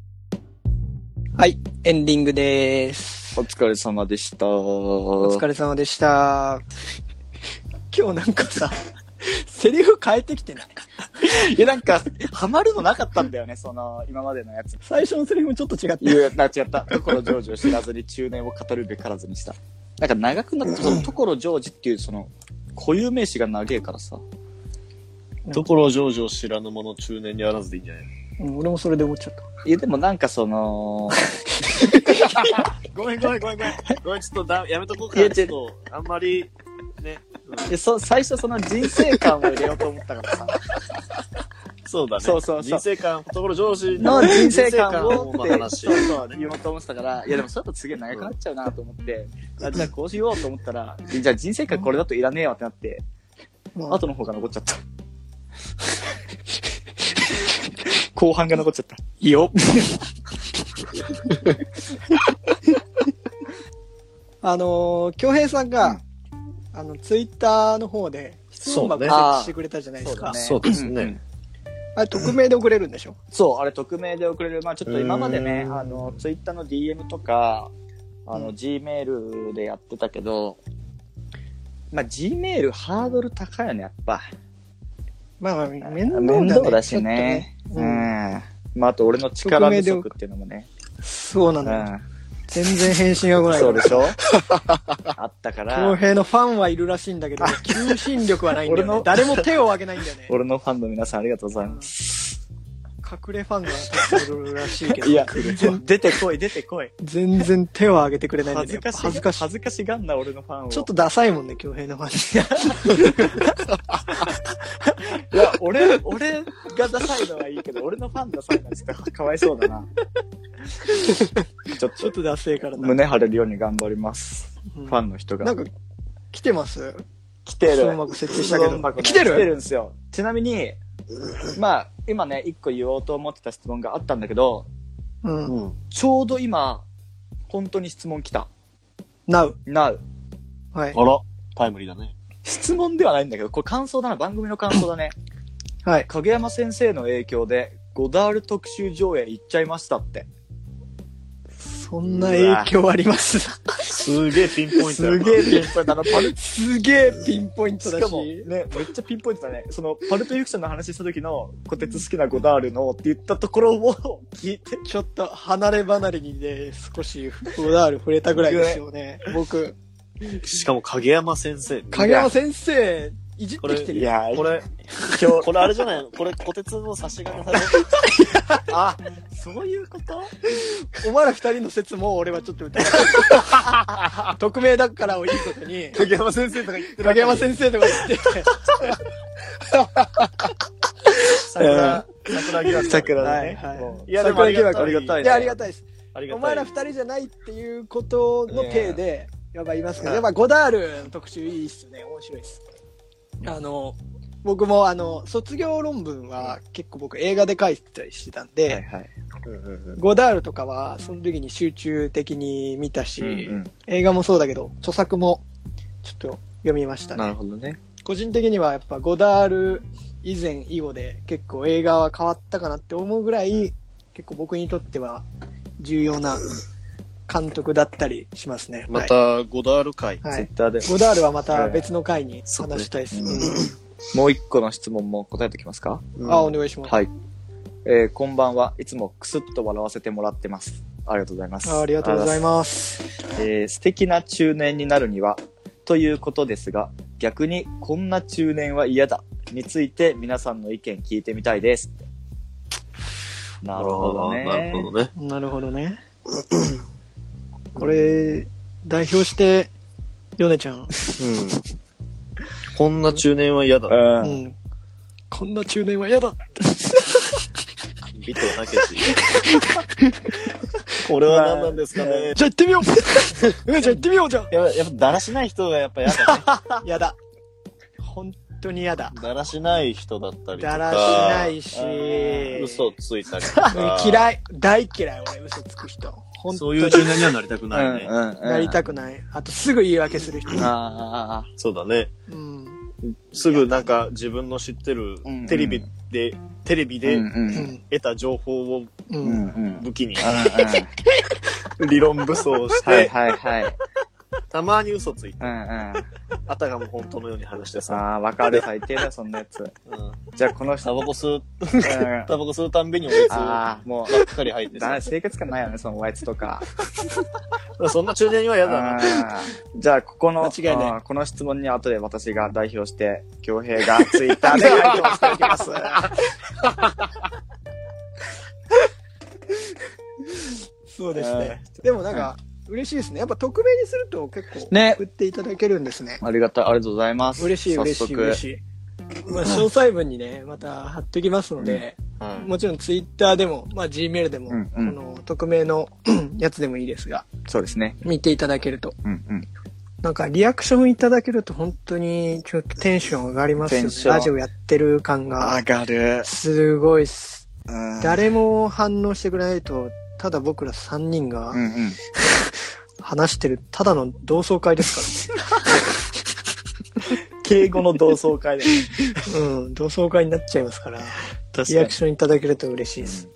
B: うはいエンディングです
D: お疲れ様でした。
B: お疲れ様でした今日なんかさセリフ変えてきてない
D: いや、なんか、ハマるのなかったんだよね、その、今までのやつ。
B: 最初のセリフもちょっと違った
D: 言う、な、違った。所ジョージを知らずに中年を語るべからずにした。なんか長くなって、その所ジョージっていうその、固有名詞が長えから さ。
C: ところジョージを知らぬ者中年にあらずでいいんじゃない
B: うん俺もそれで思っちゃった
D: いや、でもなんかその、
C: ごめんごめんごめんごめん。ごめん、ちょっとだやめとこうか。
D: いや違う
C: ちょっと、あんまり、ね。うん
D: でそ最初その人生観を入れようと思ったからさ。
C: そうだね。
D: そうそうそう
C: 人生観、ところジョージ
D: の人生観を
C: 人生観
D: っ
C: の
D: て、
C: 話
D: そうそう、言おうと思ってたから、いやでもそれだとすげえ長くなっちゃうなと思って、あじゃあこうしようと思ったら、じゃあ人生観これだといらねえわってなって、
B: もう
D: 後の方が残っちゃった。 後半が残っちゃった。いいよ。
B: あのー京平さんが、あのツイッターの方で質問箱
C: そう
B: 設
C: だ
D: ね
B: 置してくれたじゃないですか、
D: あ
C: そうですね。
B: あれ匿名で送れるんでしょ
D: そう、あれ匿名で送れる。まあちょっと今までね
C: う、ーん
D: あの、ツイッターの DM とか、あの、
B: うん
D: Gmail でやってたけど、まあ Gmail ハードル高いよね、やっぱ。
B: まあまあ、面倒だ,、ね、
D: 面倒だしね。
B: ちょっと
D: う
B: ね
D: ん。まああと俺の力不足っていうのもね。
B: そうな
D: うん
B: だよ。全然返信が来
D: ん。
B: ない。
D: そうでしょ あった
B: 恭
D: から、
B: 平のファンはいるらしいんだけど、求心力はないんだよ
D: 俺
B: ね
D: の。
B: 誰も手を挙げないんだ よね。
D: 俺のファンの皆さんありがとうございます。
B: 隠れファンがたくさんいるらしいけど、
D: いや、出てこい、出てこい。
B: 全然手を挙げてくれないんだよね
D: 恥ず。かしい。
B: 恥ずかしい。
D: 恥ずかしがんな、俺のファンを。
B: ちょっとダサいもんね、恭平 のファン。
D: いや、俺、俺がダサいのはいいけど、俺のファンダサいのはちょっとかわいそう だな。ちょっ
B: ちょっ
D: と
B: とダセえからな。
D: 胸張れるように頑張ります。
B: うん
D: ファンの人が。
B: なんか、来てます
D: 来て
B: そう
D: る
B: う。まく設置し
D: 質
B: たけ
D: 問
B: ど。
D: 箱ね
B: 来て
D: 来て
B: る
D: るんですよ。ちなみに、まあ、今ね、一個言おうと思ってた質問があったんだけど、
B: うん。
C: うん。
D: ちょうど今、本当に質問来た。
B: Now。
D: Now。
B: はい。
C: あら、タイムリーだね。
D: 質問ではないんだけど、これ感想だな、番組の感想だ ね。
B: はい。
D: 影山先生の影響で、ゴダール特集上映行っちゃいましたって。
B: そんな影響あります。
C: すげえピンポイント
D: すげえピンポイント。あの、パル
B: すげえピンポイント
D: し
B: だ
D: かも
B: し
D: ね。、めっちゃピンポイントだね。その、パルトユクションの話した時の、小鉄好きなゴダールのって言ったところを聞いて、
B: ちょっと離れ離れにね、少しゴダール触れたぐらいですよね。僕、
C: しかも影山先生。
B: 影山先生、いじってきてる
D: い
B: よ
D: やー、
C: これ、
D: 今日、
C: これあれじゃないのこれ、小鉄の差し金され
D: あ、 そういうこと
B: お前ら二人の説も俺はちょっと疑ってる匿名だからをいいことに
D: 影山先生とか言って
B: 影山先生とか言って
C: 桜、桜疑惑。
D: 桜
B: は
D: だ
B: い
D: ね。
B: はい
D: もう
C: いやでも
D: 桜疑惑
C: ありがた
B: いやあり
D: が
B: がたいです
C: ありが
B: お
C: た
B: 前
C: い
B: ら二人じゃないっていうことの体で、やっぱ言いますけど、やっぱゴダールの特集いいっすね。面白いっす。あの、僕もあの、卒業論文は結構僕映画で書いたりしてたんで、
D: はいはい。うんうん
B: ゴダールとかはその時に集中的に見たし、
D: うん
B: 映画もそうだけど、著作もちょっと読みましたね。
D: るほどね。
B: 個人的にはやっぱゴダール以前以後で結構映画は変わったかなって思うぐらい結構僕にとっては重要な監督だったりしますね。
C: ま
B: は
C: た、ゴダール会
B: い、。はい
D: ツイッターで。
B: ゴダールはまた別の回に話したいです。
D: はい
B: うん
D: もう一個の質問も答えておきますか
C: うん
B: あ、お願いします。
D: はい。えーこんばんはいつもクスッと笑わせてもらってます。ありがとうございます。
B: あありがとうござい
D: す。
B: ます。
D: えー素敵な中年になるには、ということですが、逆にこんな中年は嫌だについて皆さんの意見聞いてみたいです。なるほどね。
C: なるほどね。
B: なるほどね。これ、代表して、ヨネちゃん。
C: うん。こんな中年は嫌だ。
B: う
D: うん。
B: ん。こんな中年は嫌だ。
C: ビトなけ し。これは何なんですかね。
B: じゃあ行ってみようヨネちゃん行ってみようじゃん
C: やっぱ、やっぱだらしない人がやっぱ嫌 だね。
B: 嫌だ。本当に嫌だ。
C: だらしない人だったりと
B: だ
C: か。
B: らしないし。
C: 嘘ついたりと
B: うん
C: か。
B: 嫌い。大嫌い、俺、嘘つく人。本
C: そ
B: 当
C: ういう
B: に
C: 中年にはなりたく
D: う
C: ない
D: ん
C: ね。
D: うん。
B: なりたくない。あと、すぐ言い訳する人。
D: あ
C: そうだね。
B: うん。
C: すぐなんか自分の知ってる
D: うん
C: テレビで、テレビ
D: ー。
C: で
D: うんう。
B: うんん。
C: 得た情報を
B: う
D: うん
B: ん。
D: うん。
C: 武器に
D: は
C: 理論武装し
D: い
C: て、
D: はいはい。
C: たまに嘘ついて、
D: うんうん。
C: あたかも本当のように話してさ、
D: ああ、わかる。最低だよ、そんなやつ。
C: うん
D: じゃあこの
C: タ
D: 人、
C: バコ吸う、
D: うん、
C: タバコ吸うたんびにおやつば
D: ああ、も
C: っかり入っ
D: う、
C: て
D: だ
C: さ
D: め、、清潔感ないよね、そのおやつとか。
C: そんな中年には嫌だな。
D: うんじゃあ、ここの、
B: 間違いない
D: うんこの質問に後で私が代表して、京平がツイッターで回答していきます。
B: そうですね。でもなんか、嬉しいですね。やっぱ、匿名にすると結構、
D: ね
B: 送っていただけるんですね。
D: ありがたい、ありがとうございます。
B: 嬉しい、嬉
D: 早
B: しい、
D: 速
B: 嬉しい。まあ、詳細文にね、また貼っておきますので、
C: うん
B: もちろんツイッターでも、まあ、Gmail でも、
D: うん
B: こ
D: うん
B: の匿名の やつでもいいですが、
D: そうですね。
B: 見ていただけると。
D: うんうん。
B: なんか、リアクションいただけると、本当に、ちょっとテンション上がりますよ
D: テ
B: ね
D: ンシ。ョン
B: ラジオやってる感が、
D: がる。
B: すごいっす。
D: うん
B: 誰も反応してくれないと、ただ僕ら3人
D: う
B: が
D: んうん。
B: 話してる、ただの同窓会ですか
D: 敬語の同窓会で。
B: ら ね。うん、同窓会になっちゃいますから、
D: 確
B: リアクションいただけると嬉しいです。